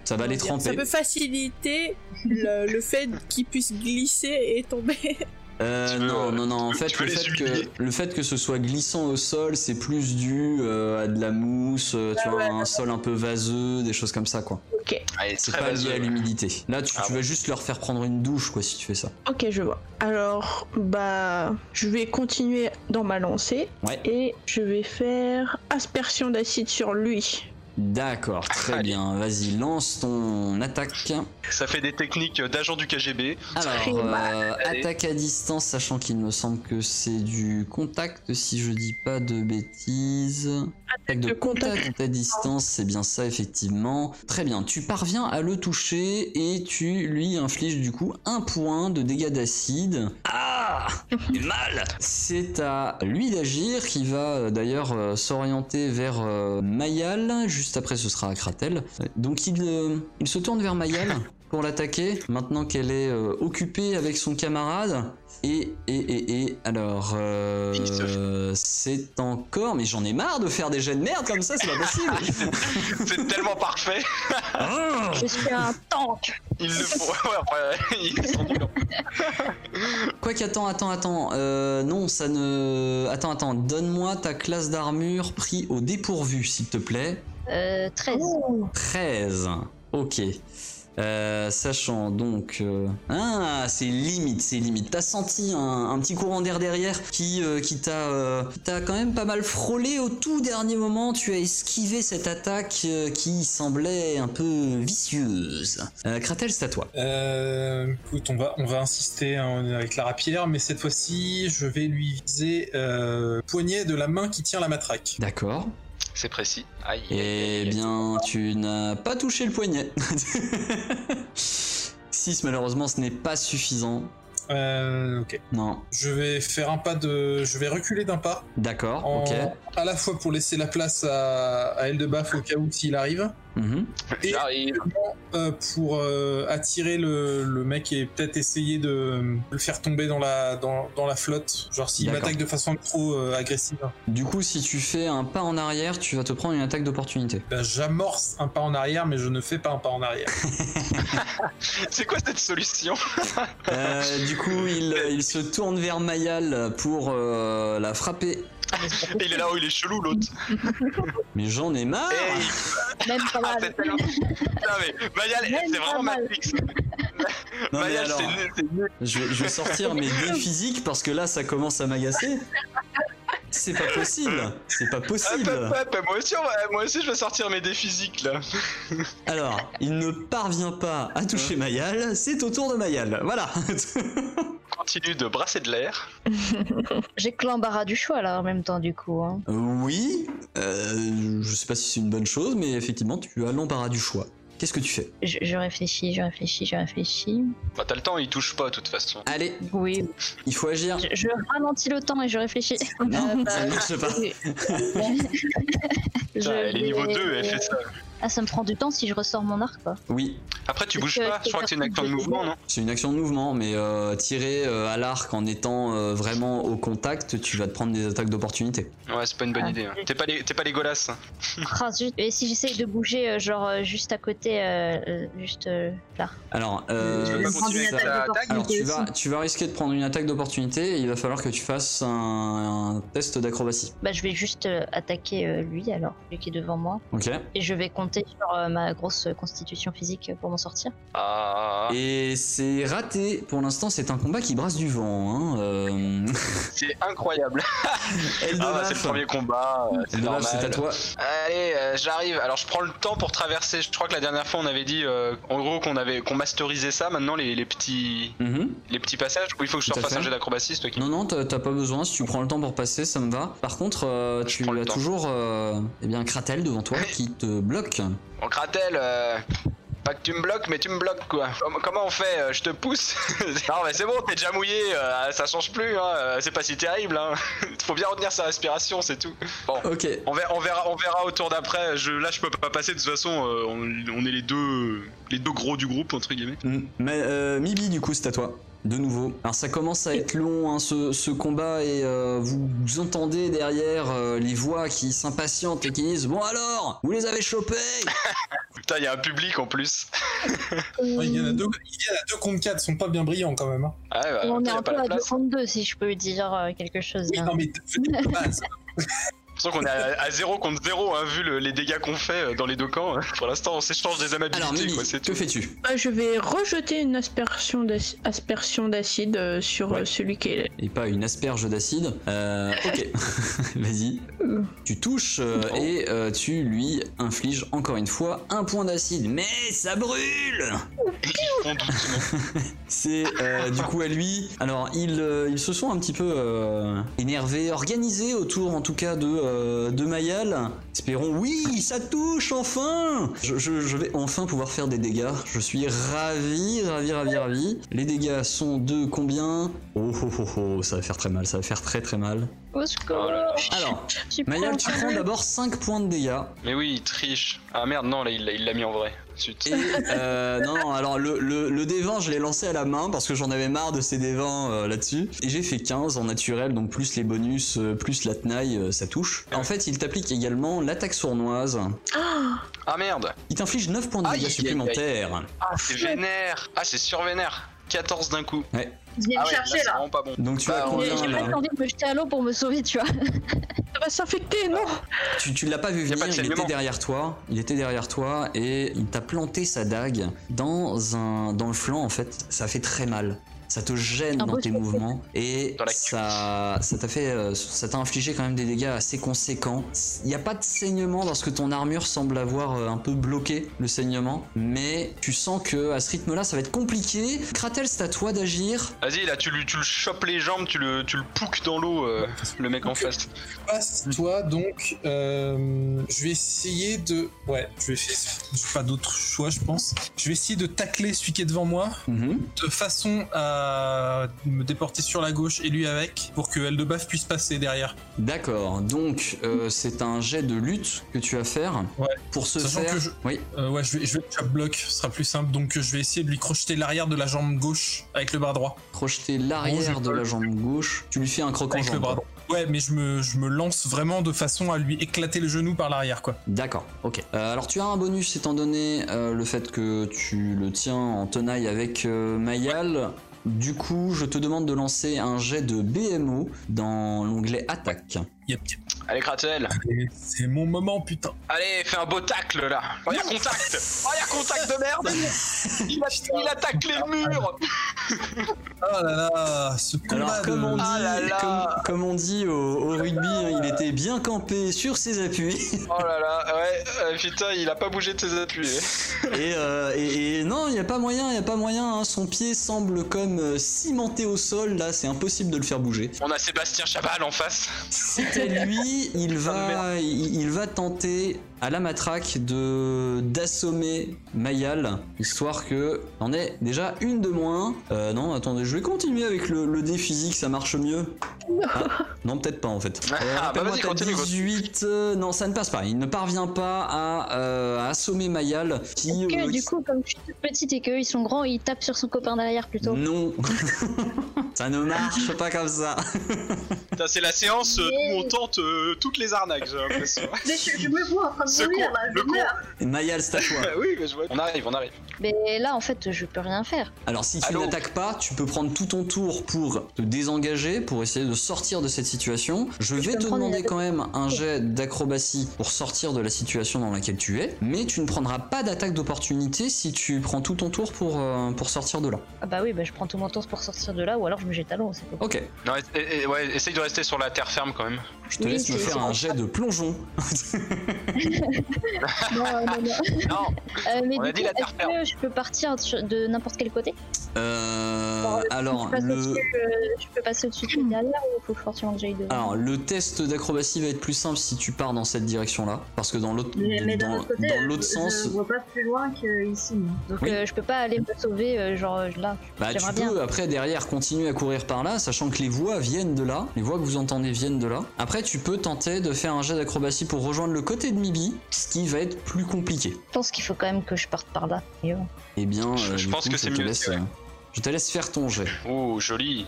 A: Ça va les
F: Comment dire,
A: tremper.
F: Ça peut faciliter le, le fait qu'ils puissent glisser et tomber.
A: Euh,
C: Tu veux,
A: non,
C: euh,
A: non, non. En
C: tu veux-
A: fait,
C: tu
A: le
C: veux les
A: fait,
C: humilier.
A: que, le fait que ce soit glissant au sol, c'est plus dû euh, à de la mousse, euh,
F: Ah
A: tu vois, un sol un peu vaseux, des choses comme ça, quoi.
B: Ok,
C: Allez,
A: C'est pas lié à l'humidité. Là, tu,
C: Ah
A: tu vas juste leur faire prendre une douche, quoi, si tu fais ça.
B: <laughs> ok, je vois. Alors, bah, je vais continuer dans ma lancée
A: Ouais.
B: et je vais faire aspersion d'acide sur lui.
A: D'accord, très
C: Ah, Allez.
A: bien. Vas-y, lance ton attaque.
C: Ça fait des techniques euh, d'agent du KGB.
A: Alors, euh,
C: Allez.
A: attaque à distance, sachant qu'il me semble que c'est du contact, si je dis pas de bêtises. Attaque de
B: de contact.
A: contact à distance, c'est bien ça, effectivement. Très bien, tu parviens à le toucher et tu lui infliges du coup un point de dégâts d'acide. Ah Du mal C'est à lui d'agir, qui va euh, d'ailleurs euh, s'orienter vers euh, Mayal. Juste après, ce sera à Kratel. Euh, Donc il, euh, il se tourne vers Mayal pour l'attaquer, maintenant qu'elle est euh, occupée avec son camarade. Et, et, et, et, alors, euh,
C: Il se
A: c'est encore, mais j'en ai marre de faire des jets de merde comme ça, c'est pas possible.
E: <laughs>
C: C'est tellement parfait.
A: Ah
E: Je suis un tank.
C: Ils le font. <laughs> Ouais, après, ils
A: <laughs>
C: sont nuls.
A: Quoi qu'attends, attends, attends, euh, non, ça ne, attends, attends, donne-moi ta classe d'armure pris au dépourvu, s'il te plaît.
E: Euh, 13.
A: 13. Ok. Euh, sachant donc. euh, Ah, c'est limite, c'est limite. T'as senti un, un petit courant d'air derrière qui, euh, qui t'a euh, qui t'a quand même pas mal frôlé au tout dernier moment. Tu as esquivé cette attaque euh, qui semblait un peu vicieuse. Euh, Kratel, c'est à toi.
D: Euh, écoute, on va, on va insister hein, avec la rapière, mais cette fois-ci, je vais lui viser euh, poignet de la main qui tient la matraque.
A: D'accord.
C: C'est précis. Aïe. aïe, aïe,
A: Eh
C: aïe.
A: bien, tu n'as pas touché le poignet. <laughs> 6, malheureusement, ce n'est pas suffisant.
D: Euh, ok.
A: Non.
D: Je vais faire un pas de, je vais reculer d'un pas,
A: D'accord,
D: en-
A: ok.
D: à la fois pour laisser la place à, à Eldebaf au cas où s'il arrive,
A: Mhm.
C: J'arrive.
D: euh, pour euh, attirer le, le mec et peut-être essayer de, de le faire tomber dans la, dans, dans la flotte, genre s'il
A: D'accord.
D: m'attaque de façon trop euh, agressive.
A: Du coup, si tu fais un pas en arrière, tu vas te prendre une attaque d'opportunité.
D: Ben, J'amorce un pas en arrière, mais je ne fais pas un pas en arrière.
C: <laughs> C'est quoi cette solution
A: Euh, du coup, il, il se tourne vers Mayal pour euh, la frapper.
C: Il est là où il est chelou l'autre.
A: Mais j'en ai marre
C: Hey,
E: Même Ah, pas
C: ah,
E: mal.
C: c'est tellement- Non mais Mayal,
E: Même
C: c'est
E: pas
C: vraiment
E: mal.
C: Matrix.
A: Non mais
C: Mayal,
A: alors,
C: c'est nul, c'est nul.
A: je, je vais sortir mes dés physiques parce que là, ça commence à m'agacer. C'est pas possible C'est pas
C: Hop, hop,
A: possible
C: hop. Moi aussi, on va- moi aussi, je vais sortir mes dés physiques là.
A: Alors, il ne parvient pas à toucher Mayal, c'est au tour de Mayal. Voilà <laughs>
C: Continue de brasser de l'air.
E: J'ai que l'embarras du choix là en même temps du coup. hein.
A: Euh, Oui, euh, je sais pas si c'est une bonne chose, mais effectivement, tu as l'embarras du choix. Qu'est-ce que tu fais
E: Je, je réfléchis, je réfléchis, je réfléchis.
C: Bah t'as le temps, il touche pas de toute façon.
A: Allez,
E: Oui,
A: il faut agir.
E: je, je ralentis le temps et je <laughs> réfléchis.
A: Non, ça ne marche pas.
E: Je
C: Putain, Ah, elle est niveau
E: vais-
C: 2, elle fait ça.
E: Ah, ça me prend du temps si je ressors mon arc, quoi.
A: Oui,
C: Après, tu
E: Parce
C: bouges
E: que
C: pas,
E: c'est
C: je crois que c'est une action de
E: parti de
C: mouvement, non
A: c'est une action de mouvement, mais euh, tirer euh, à l'arc en étant euh, vraiment au contact, tu vas te prendre des attaques d'opportunité.
C: Ouais, c'est pas une bonne
E: Ah.
C: idée. hein. T'es pas, les... t'es pas les golasses. Hum.
E: Ah, zut. Et si j'essaye de bouger, euh, genre euh, juste à côté, euh, euh, juste euh, là.
A: Alors, euh,
C: Tu veux pas
A: ça-
C: continuer
A: ça-
C: avec ta attaque
A: Alors tu
G: aussi.
A: vas, tu vas risquer de prendre une attaque d'opportunité et il va falloir que tu fasses un, un test d'acrobatie.
E: Bah, je vais juste euh, attaquer euh, lui alors, lui qui est devant moi.
A: Ok.
E: Et je vais compter sur euh, ma grosse constitution physique pour m'en sortir.
C: Ah,
A: Et c'est raté. Pour l'instant, c'est un combat qui brasse du vent. Hein. Euh...
C: c'est
A: <laughs>
C: incroyable. Ah, bah,
A: Eldebaf,
C: c'est le premier combat, euh, c'est
A: Eldebaf,
C: normal.
A: c'est à toi.
C: Allez, euh, j'arrive. Alors je prends le temps pour traverser. Je crois que la dernière fois on avait dit euh, en gros qu'on avait qu'on masterisait ça. Maintenant les, les petits
A: Mhm.
C: les petits passages où il faut que je
A: Tout à
C: leur fasse un
A: fait.
C: jet d'acrobatie, c'est toi qui.
A: Non, non, t'as t'as pas besoin. Si tu prends le temps pour passer, ça me va. Par contre, euh,
C: Je
A: tu
C: prends le
A: as
C: temps.
A: toujours euh, eh bien, Kratel devant toi qui te bloque.
C: Bon Kratel, euh, pas que tu me bloques, mais tu me bloques quoi. Com- comment on fait Euh, Je te pousse <laughs> Non mais c'est bon, t'es déjà mouillé. euh, ça change plus. hein, euh, c'est pas si terrible. Hein. <laughs> faut bien retenir sa respiration, c'est tout.
A: Ok.
C: On verra, on verra, on verra au tour d'après. Je, là, je peux pas passer. De toute façon, euh, on, on est les deux, les deux gros du groupe entre guillemets.
A: Mm. Mais euh, Mibi, du coup, c'est à toi. De nouveau. Alors ça commence à être long hein, ce, ce combat et euh, vous, vous entendez derrière euh, les voix qui s'impatientent et qui disent bon alors vous les avez chopés.
C: Putain, il y a un public en plus.
D: Ouais, Il y en a deux, il y en a deux contre quatre, ils sont pas bien brillants quand même. hein.
C: Ah, ouais, bah,
E: on
C: il
E: est
C: y a
E: un
C: pas
E: peu
C: la
E: à
C: place.
E: 232 si je peux dire euh, quelque chose.
D: Oui,
E: là.
D: non, mais devenez de base.
C: Je qu'on est à, à 0 contre 0, hein, vu le- les dégâts qu'on fait euh, dans les deux camps. hein. Pour l'instant, on s'échange des <laughs>
A: Alors
C: amabilités,
A: Mibi,
C: quoi, c'est
A: que
C: tout.
A: fais-tu
B: Bah, je vais rejeter une aspersion d'ac- aspersion d'acide euh, sur
A: Ouais.
B: euh, celui qui est.
A: Et pas une asperge d'acide. Euh, ok, <laughs> vas-y. Tu touches euh, et euh, tu lui infliges encore une fois un point d'acide. Mais ça brûle
C: Ils font doucement.
A: C'est euh, du coup à lui. Alors ils, euh, ils se sont un petit peu euh, énervés, organisés autour en tout cas de, euh, de Mayal. Espérons, oui, ça touche enfin je, je- je vais enfin pouvoir faire des dégâts. Je suis ravi, ravi, ravi, ravi. Les dégâts sont de combien oh, oh oh oh, ça va faire très mal, ça va faire très très mal.
E: Au secours
C: Oh là là.
A: Alors,
E: Tu
A: Mayal,
E: prends-
A: tu prends d'abord 5 points de dégâts.
C: Mais oui, il triche. Ah merde, non, là, il l'a- il l'a mis en vrai. Zut.
A: Et euh, non, non, alors le, le, le D20, je l'ai lancé à la main parce que j'en avais marre de ces D20 euh, là-dessus. Et j'ai fait 15 en naturel, donc plus les bonus, euh, plus la tenaille, euh, ça touche. En fait, il t'applique également l'attaque sournoise.
B: Ah
C: Ah merde.
A: Il t'inflige 9 points de
C: Aïe, aïe,
A: dégâts
C: aïe.
A: supplémentaires.
C: Ah, c'est vénère. Ah, c'est survénère. 14 d'un coup.
G: Je viens
C: Ah
G: me
C: ouais, là,
G: chercher
C: c'est
G: là.
C: vraiment pas bon.
A: Donc tu
C: Bah,
A: as
C: on-
A: combien,
E: J'ai
A: là
E: presque envie de me jeter à l'eau pour me sauver, tu vois.
B: Ça va s'infecter, non
A: Tu, tu l'as pas vu
C: Y a
A: venir,
C: pas de
A: il
C: saignement.
A: était derrière toi, il était derrière toi et il t'a planté sa dague dans un dans le flanc en fait, ça fait très mal. Ça te gêne
E: Un
A: dans
E: beau
A: tes
E: choc.
A: mouvements et
C: Dans la cuisse.
A: ça ça t'a fait euh, ça t'a infligé quand même des dégâts assez conséquents. Il n'y a pas de saignement parce que ton armure semble avoir euh, un peu bloqué le saignement, mais tu sens que à ce rythme-là, ça va être compliqué. Kratel, c'est à toi d'agir.
C: Vas-y, là, tu, lui- tu le chopes les jambes, tu le, tu le pouques dans l'eau, euh, le mec en face.
D: Passe, toi donc, euh, je vais essayer de. Ouais, je vais essayer. J'ai pas d'autre choix, je pense. Je vais essayer de tacler celui qui est devant moi de façon à me déporter sur la gauche et lui avec pour que Eldebaf puisse passer derrière.
A: D'accord. Donc euh, c'est un jet de lutte que tu vas faire
D: Ouais.
A: pour se
D: Sachant
A: faire.
D: que je-
A: Oui.
D: Euh, ouais, je vais, je vais chop block, ce sera plus simple. Donc euh, je vais essayer de lui crocheter l'arrière de la jambe gauche avec le bras droit.
A: projeter l'arrière
D: Bon, je
A: de
D: colle.
A: la jambe gauche, tu lui fais un croc en
D: Avec le
A: jambe.
D: bras droit. Ouais, mais je me, je me lance vraiment de façon à lui éclater le genou par l'arrière, quoi.
A: D'accord, ok. Euh, alors tu as un bonus étant donné euh, le fait que tu le tiens en tenaille avec euh, Mayal. Du coup, je te demande de lancer un jet de BMO dans l'onglet attaque.
D: Yep, yep.
C: Allez, Kratel.
D: Et C'est mon moment, putain.
C: Allez, fais un beau tacle, là. Oh, y a contact. Oh, y a contact de merde. Il, a- il attaque les murs.
D: Oh là là, ce combat
A: Alors comme
D: de-
A: on dit,
C: Ah là Ah là.
A: Comme, comme on dit au, au rugby, hein, il était bien campé sur ses appuis.
C: <laughs> Oh là là, ouais, euh, putain, il a pas bougé de ses appuis. eh.
A: Et, euh, et- et non, il n'y a pas moyen, il n'y a pas moyen. hein. Son pied semble comme euh, cimenté au sol, là, c'est impossible de le faire bouger.
C: On a Sébastien Chabal en face.
A: C'était lui, il va, il, il va tenter à la matraque de d'assommer Mayal, histoire que on ait déjà une de moins. Euh, non, attendez, je vais continuer avec le, le dé physique, ça marche
E: <laughs>
A: mieux. Ah, non, peut-être pas en fait. Euh,
C: Ah, bah
A: rappelle-moi,
C: vas-y,
A: t'as
C: continue, quoi.
A: 18, euh, non, ça ne passe pas. Il ne parvient pas à, euh, à assommer Mayal, qui,
E: Que
A: euh,
E: du
A: qui-
E: coup, comme je suis toute petite et qu'eux ils sont grands, ils tapent sur son copain derrière plutôt.
A: non, <laughs> ça ne marche pas comme ça.
C: Putain, C'est la séance euh, où on tente euh, toutes les arnaques, j'ai l'impression.
G: Mais je, je me vois en train de
C: Ce
G: mourir
C: con,
G: là, je
C: le con.
G: meurs.
A: Mayal, c'est à toi.
C: Ah oui, mais je vois. On arrive, on arrive.
E: Mais là, en fait, je peux rien faire.
A: Alors si tu
C: Allô
A: n'attaques pas, tu peux prendre tout ton tour pour te désengager, pour essayer de sortir de cette situation. Je vais
E: peux
A: te
E: prendre
A: demander
E: une
A: quand même un jet d'acrobatie pour sortir de la situation dans laquelle tu es, mais tu ne prendras pas d'attaque d'opportunité si tu prends tout ton tour pour, euh, pour sortir de là.
E: Ah bah oui, bah je prends tout mon temps pour sortir de là ou alors je me jette à l'eau, c'est pas
A: Ok,
C: Non, et- et- et- ouais, essaye de rester sur la terre ferme quand même.
A: je te
E: Oui,
A: laisse me
E: c'est-
A: faire un jet de plongeon.
E: Non, non, non.
C: <laughs> Non,
E: Euh, mais
C: On
E: du
C: a dit
E: coup,
C: la terre
E: est-ce que je peux partir sur- de n'importe quel côté
A: Euh, alors,
E: je, passe
A: le...
E: au-dessus, euh, je peux passer au-dessus de derrière ou faut forcément que j'aille devant
A: Alors, le test d'acrobatie va être plus simple si tu pars dans cette direction-là, parce que dans l'autre
G: Mais, mais d'un
A: dans-
G: autre côté,
A: dans l'autre
G: je-
A: sens,
G: je vois pas plus loin qu'ici.
E: Donc
A: oui.
E: euh, je peux pas aller me sauver euh, genre euh, là.
A: Bah tu peux
E: J'aimerais bien.
A: après derrière continuer à courir par là, sachant que les voix viennent de là, les voix que vous entendez viennent de là. Après tu peux tenter de faire un jet d'acrobatie pour rejoindre le côté de Mibi, ce qui va être plus compliqué.
E: Je pense qu'il faut quand même que je parte par là. Et bon.
A: Eh bien,
C: Je-
A: euh,
C: je
A: du
C: pense
A: coup,
C: que
A: je
C: c'est
A: te
C: mieux,
A: laisse,
C: ouais.
A: euh, Je te laisse faire ton jet.
C: Oh, joli.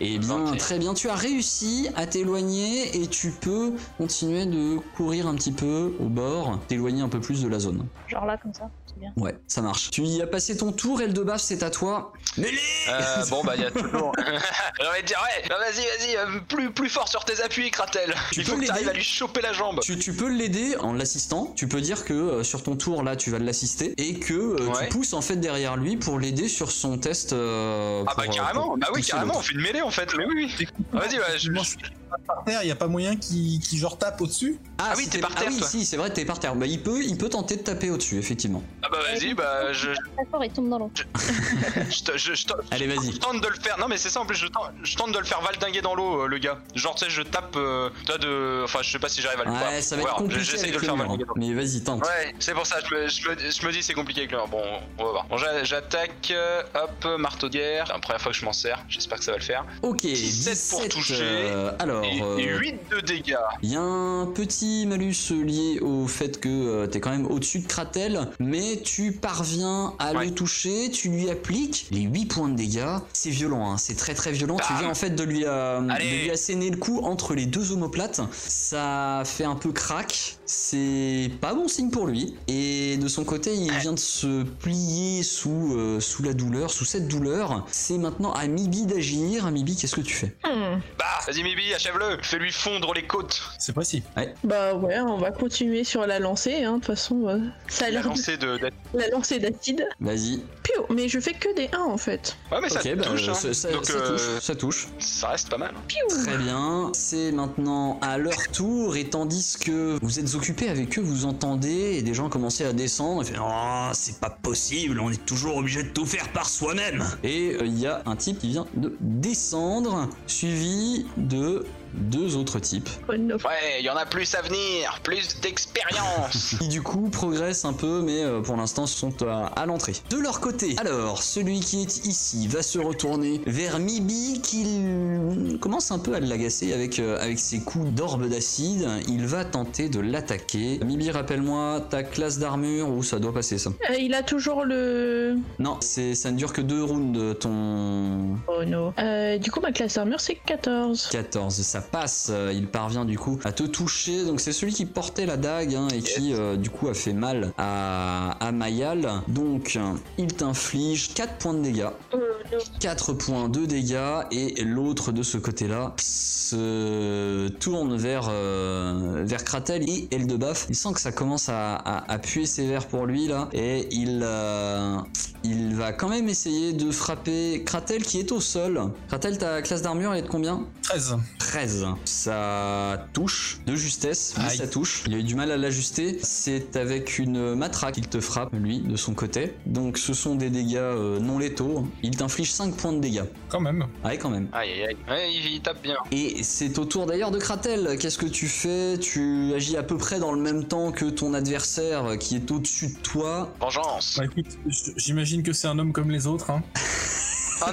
A: Eh bien,
C: Ok.
A: très bien, tu as réussi à t'éloigner et tu peux continuer de courir un petit peu au bord, t'éloigner un peu plus de la zone.
E: Genre là comme ça, c'est bien.
A: Ouais, ça marche. Tu y as passé ton tour, Eldebaf, c'est à toi. Mêlée
C: Euh, bon, bah, il y a <laughs> toujours. J'ai envie de dire, ouais, bah, vas-y, vas-y, euh, plus, plus fort sur tes appuis, Kratel.
A: Tu
C: il
A: peux
C: faut que t'arrives
A: l'aider
C: à lui choper la jambe.
A: Tu, tu peux l'aider en l'assistant, tu peux dire que euh, sur ton tour là tu vas l'assister et que euh,
C: Ouais.
A: tu pousses en fait derrière lui pour l'aider sur son test. euh,
C: Ah,
A: pour,
C: bah,
A: euh,
C: carrément,
A: pour
C: bah, oui,
A: pousser
C: carrément, on
A: l'autre.
C: fait une mêlée en fait, mais oui, oui. Vas-y, Ah ouais, je-
D: Moi, je suis par terre, il a pas moyen qu'il qu'il genre tape au-dessus
A: Ah,
C: oui,
A: si
C: t'es par
A: ah
C: terre,
A: oui,
C: toi.
A: si, c'est vrai, t'es par terre. Bah, il peut, il peut tenter de taper au-dessus, effectivement.
C: Ah, bah, vas-y, bah, je,
E: D'accord, il tombe dans l'eau.
C: <laughs> je, te- je- je te-
A: Allez, vas-y.
C: je tente de le faire. Non, mais c'est ça, en plus, je tente, je tente de le faire valdinguer dans l'eau, euh, le gars. Genre, tu sais, je tape, euh, toi, de. Enfin, je sais pas si j'arrive à le faire.
A: Ouais, ça va être
C: bah, Ouais,
A: compliqué
C: J'essaye
A: avec
C: de le
A: le
C: faire
A: mur, hein.
C: valdinguer dans l'eau.
A: Mais vas-y, tente.
C: Ouais, c'est pour ça, je me, je me- je me dis c'est compliqué avec le mur. Bon, on va voir. Bon, j'a- j'attaque, euh, hop, marteau de guerre. C'est la première fois que je m'en sers, j'espère que ça va le faire.
A: Ok,
C: 17 pour
A: 17,
C: toucher.
A: euh, alors,
C: Et,
A: euh,
C: et 8 de dégâts.
A: Il y a un petit malus lié au fait que euh, t'es quand même au-dessus de Kratel, mais tu parviens à
C: Ouais.
A: le toucher, tu lui appliques les 8 points de dégâts. C'est violent, hein, c'est très très violent. Tu
C: Bam.
A: viens en fait de lui, euh,
C: Bah, Allez.
A: de lui asséner le coup entre les deux omoplates. Ça fait un peu crack, c'est pas bon signe pour lui. Et de son côté, il vient de se plier sous, euh, sous la douleur, sous cette douleur. C'est maintenant à Mibi d'agir. Mibi, qu'est-ce que tu fais
B: Hmm.
C: Bah, vas-y, Mibi, achève-le. Fais-lui fondre les côtes.
D: C'est pas si.
B: Bah ouais, on va continuer sur la lancée, hein, de toute façon. euh, ça a
C: La
B: l'air de-
C: lancée de. d'être-
B: la lancée d'acide.
A: Vas-y.
B: Piou, mais je fais que des 1 en fait.
C: Ouais, mais ça
A: Ok, bah,
C: touche, hein.
A: ça, ça-
C: Donc,
A: ça
C: euh,
A: touche, ça touche.
C: ça reste pas mal. hein.
A: Très bien. C'est maintenant à leur tour, et tandis que vous êtes occupés avec eux, vous entendez et des gens commencer à descendre. Et fait, oh, c'est pas possible, on est toujours obligé de tout faire par soi-même. Et euh, il y a un type qui vient de descendre, suivi de deux autres types,
B: Oh no.
C: Ouais, il y en a plus à venir, plus d'expérience.
A: qui du coup progressent un peu, mais euh, pour l'instant sont à, à l'entrée. De leur côté, alors celui qui est ici va se retourner vers Mibi, qui l- commence un peu à l'agacer avec, euh, avec ses coups d'orbe d'acide. Il va tenter de l'attaquer. Mibi, rappelle-moi ta classe d'armure, où ça doit passer ça
B: Euh, il a toujours le.
A: Non, c'est ça ne dure que deux rounds ton
B: Oh no. Euh, du coup, ma classe d'armure c'est 14.
A: 14. Ça passe, Euh, il parvient du coup à te toucher. Donc c'est celui qui portait la dague hein, et qui euh, du coup a fait mal à, à Mayal. Donc euh, il t'inflige 4 points de dégâts.
B: Oh
A: 4 points de dégâts et l'autre de ce côté-là se tourne vers, euh, vers Kratel et Eldebaf. Il sent que ça commence à, à, à puer sévère pour lui là et il, euh, il va quand même essayer de frapper Kratel qui est au sol. Kratel, ta classe d'armure elle est de combien
D: 13.
A: 13. Ça touche de justesse, mais
D: Aïe.
A: ça touche. Il a eu du mal à l'ajuster. C'est avec une matraque qu'il te frappe, lui, de son côté. Donc ce sont des dégâts euh, non létaux. Il t'inflige 5 points de dégâts. Ah
D: Quand même.
A: Ouais, quand même.
C: <laughs> Aïe aïe aïe. Ouais, il, il tape bien.
A: Et c'est au tour d'ailleurs de Kratel. Qu'est-ce que tu fais Tu agis à peu près dans le même temps que ton adversaire euh, qui est au-dessus de toi.
C: Vengeance.
D: Bah écoute, j- j'imagine que c'est un homme comme les autres. Hein.
C: Ah <laughs>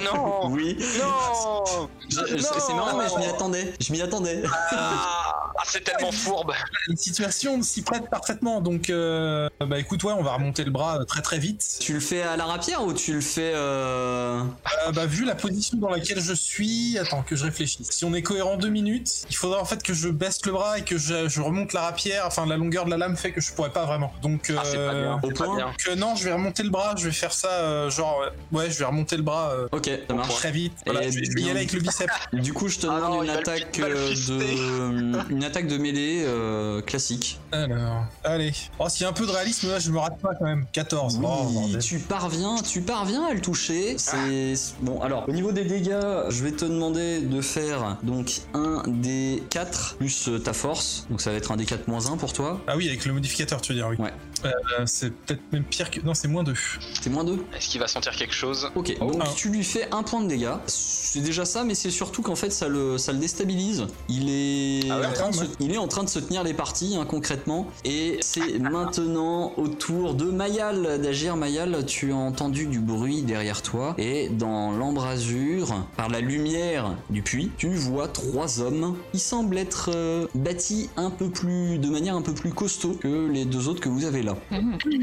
A: <laughs>
C: non
A: Oui.
C: Non
A: Je- je- C'est marrant, mais je m'y attendais. Je m'y attendais.
C: Ah, ah, c'est tellement fourbe.
D: Une situation s'y prête parfaitement. Donc euh, bah écoute, ouais, on va remonter le bras euh, très très vite.
A: Tu le fais à la rapière ou tu le fais euh,
D: Euh, bah vu la position dans laquelle je suis, attends que je réfléchisse. Si on est cohérent deux minutes, il faudra en fait que je baisse le bras et que je, je remonte la rapière. Enfin la longueur de la lame fait que je pourrais pas vraiment. Donc
C: Ah, c'est pas
D: euh,
C: bien.
A: au
C: C'est pas
A: point.
C: bien.
D: que non, je vais remonter le bras, je vais faire ça, euh, genre, euh, ouais, je vais remonter le bras euh,
A: Ok, ça marche.
D: très vite. Voilà,
A: Et
D: je vais je vais y
A: bien.
D: aller avec
C: <laughs>
D: le biceps.
A: Du coup, je te
C: Ah
A: demande
C: non,
A: une,
C: il va le-
A: attaque,
C: il va le
A: euh,
C: fister.
A: de, une attaque de mêlée euh, classique.
D: Alors, allez. Oh, s'il y a un peu de réalisme, là, je me rate pas quand même. 14.
A: Oui,
D: Oh, bordel.
A: tu parviens, tu parviens à le toucher. C'est
C: Ah.
A: bon. Alors, au niveau des dégâts, je vais te demander de faire donc un des 4 plus euh, ta force. Donc ça va être un des 4 moins 1 pour toi.
D: Ah oui, avec le modificateur, tu veux dire, oui.
A: Ouais.
D: Euh, c'est peut-être même pire que. Non, c'est moins 2.
A: C'est moins 2.
C: Est-ce qu'il va sentir quelque chose
A: Ok,
D: Oh.
A: donc
D: Ah.
A: tu lui fais un point de dégâts. C'est déjà ça, mais c'est surtout qu'en fait ça le, ça le déstabilise. Il est,
D: Ah ouais,
A: en train de se,
D: quand même.
A: il est en train de se tenir les parties hein, concrètement. Et c'est maintenant au tour de Mayal d'agir. Mayal, tu as entendu du bruit derrière toi. Et dans l'embrasure, par la lumière du puits, tu vois trois hommes. Ils semblent être euh, bâtis un peu plus, de manière un peu plus costaud que les deux autres que vous avez là.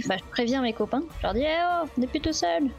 E: Bah, je préviens mes copains, je leur dis Eh oh, on est plutôt seuls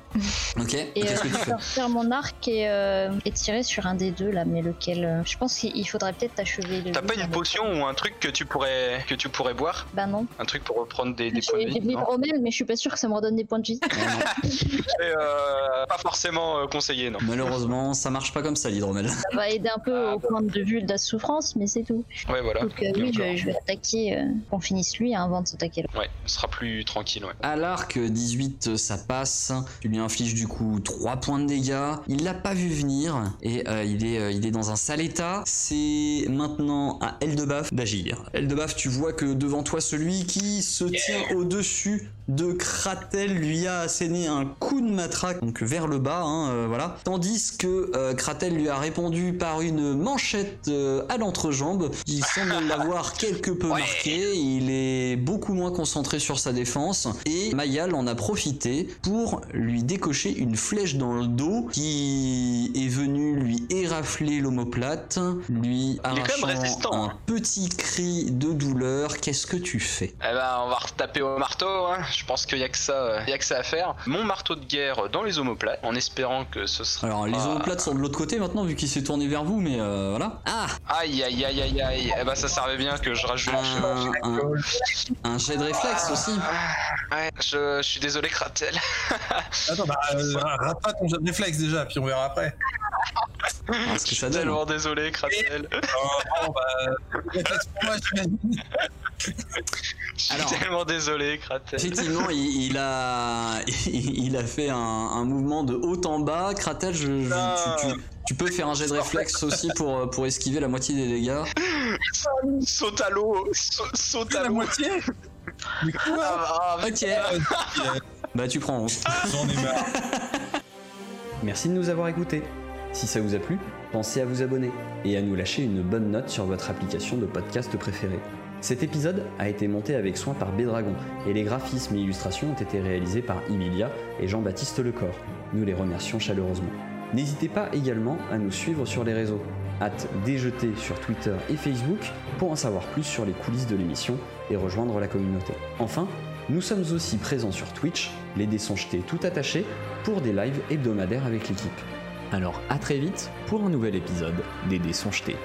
A: Ok
E: Et euh,
A: Qu'est-ce que
E: je
A: tu fais
E: vais faire mon arc et, euh, et tirer sur un des deux là, mais lequel euh, Je pense qu'il il faudrait peut-être achever le.
C: T'as pas une
E: avec-
C: potion ou un truc que tu pourrais que tu pourrais boire
E: Bah non.
C: Un truc pour reprendre des, des
E: J'ai
C: points de
E: j'ai
C: vie
E: mis le
C: non
E: Rommel, mais je suis pas sûre que ça me redonne des points de vie.
A: Ah, non.
C: Et, euh, Pas forcément euh, conseillé, non.
A: Malheureusement, ça marche pas comme ça l'hydromel.
E: <laughs> Ça va aider un peu
C: Ah,
E: au point de vue de la souffrance, mais c'est tout.
C: Ouais, voilà.
E: Donc euh,
C: Et
E: oui,
C: encore.
E: je, je vais attaquer, euh, qu'on finisse lui hein, avant de s'attaquer là.
C: Ouais, ce sera plus tranquille, ouais.
A: À l'arc 18, ça passe. Tu lui infliges du coup 3 points de dégâts. Il l'a pas vu venir et euh, il, est, euh, il est dans un sale état. C'est maintenant à Eldebaf d'agir. Eldebaf, tu vois que devant toi, celui qui se tient au-dessus de Kratel lui a asséné un coup de matraque, donc vers le bas, hein, euh, voilà. Tandis que euh, Kratel lui a répondu par une manchette euh, à l'entrejambe. Il
C: <laughs>
A: semble l'avoir quelque peu
C: Ouais.
A: marqué. Il est beaucoup moins concentré sur sa défense. Et Mayal en a profité pour lui décocher une flèche dans le dos qui est venue lui érafler l'omoplate, lui
C: quand même
A: arrachant
C: résistant,
A: un
C: hein.
A: petit cri de douleur. Qu'est-ce que tu fais
C: Eh ben, on va retaper au marteau, hein. Je pense qu'il y a que ça, euh, il y a que ça à faire. Mon marteau de guerre dans les omoplates, en espérant que ce sera.
A: Alors, les
C: Ah.
A: omoplates sont de l'autre côté maintenant, vu qu'il s'est tourné vers vous, mais euh, voilà. Ah
C: Aïe, aïe, aïe, aïe, aïe. Eh ben, ça servait bien que je rajoute.
D: Ah,
A: Euh, Un, Ah. un, un jet de réflexe aussi.
C: Ouais, je, je suis désolé, Kratel.
D: Attends, bah, euh, rate pas ton jet de réflexe déjà, puis on verra après.
A: Parce que <laughs>
C: <laughs>
D: Ah,
A: ça
C: Je suis
A: donne.
C: tellement désolé, Kratel.
D: Oh, non, bah, réflexe pour moi, j'imagine.
C: Je suis
A: Alors.
C: tellement désolé, Kratel.
A: Effectivement, il, il a, <laughs> il a fait un, un mouvement de haut en bas. Kratel, je, je-
D: Ah.
A: tu, tu- tu peux faire un jet de réflexe aussi pour, pour esquiver la moitié des <laughs> dégâts.
C: Saute à l'eau, sa- saute à
D: la
C: l'eau.
D: moitié. Mais quoi
C: Ah, ah,
A: Ok.
D: Euh,
A: Bah, tu prends 11.
D: J'en ai marre.
A: Merci de nous avoir écoutés. Si ça vous a plu, pensez à vous abonner et à nous lâcher une bonne note sur votre application de podcast préférée. Cet épisode a été monté avec soin par Bédragon et les graphismes et illustrations ont été réalisés par Emilia et Jean-Baptiste Lecor. Nous les remercions chaleureusement. N'hésitez pas également à nous suivre sur les réseaux, hâte déjeter sur Twitter et Facebook pour en savoir plus sur les coulisses de l'émission et rejoindre la communauté. Enfin, nous sommes aussi présents sur Twitch, les dés sont jetés tout attachés, pour des lives hebdomadaires avec l'équipe. Alors à très vite pour un nouvel épisode des dés sont jetés.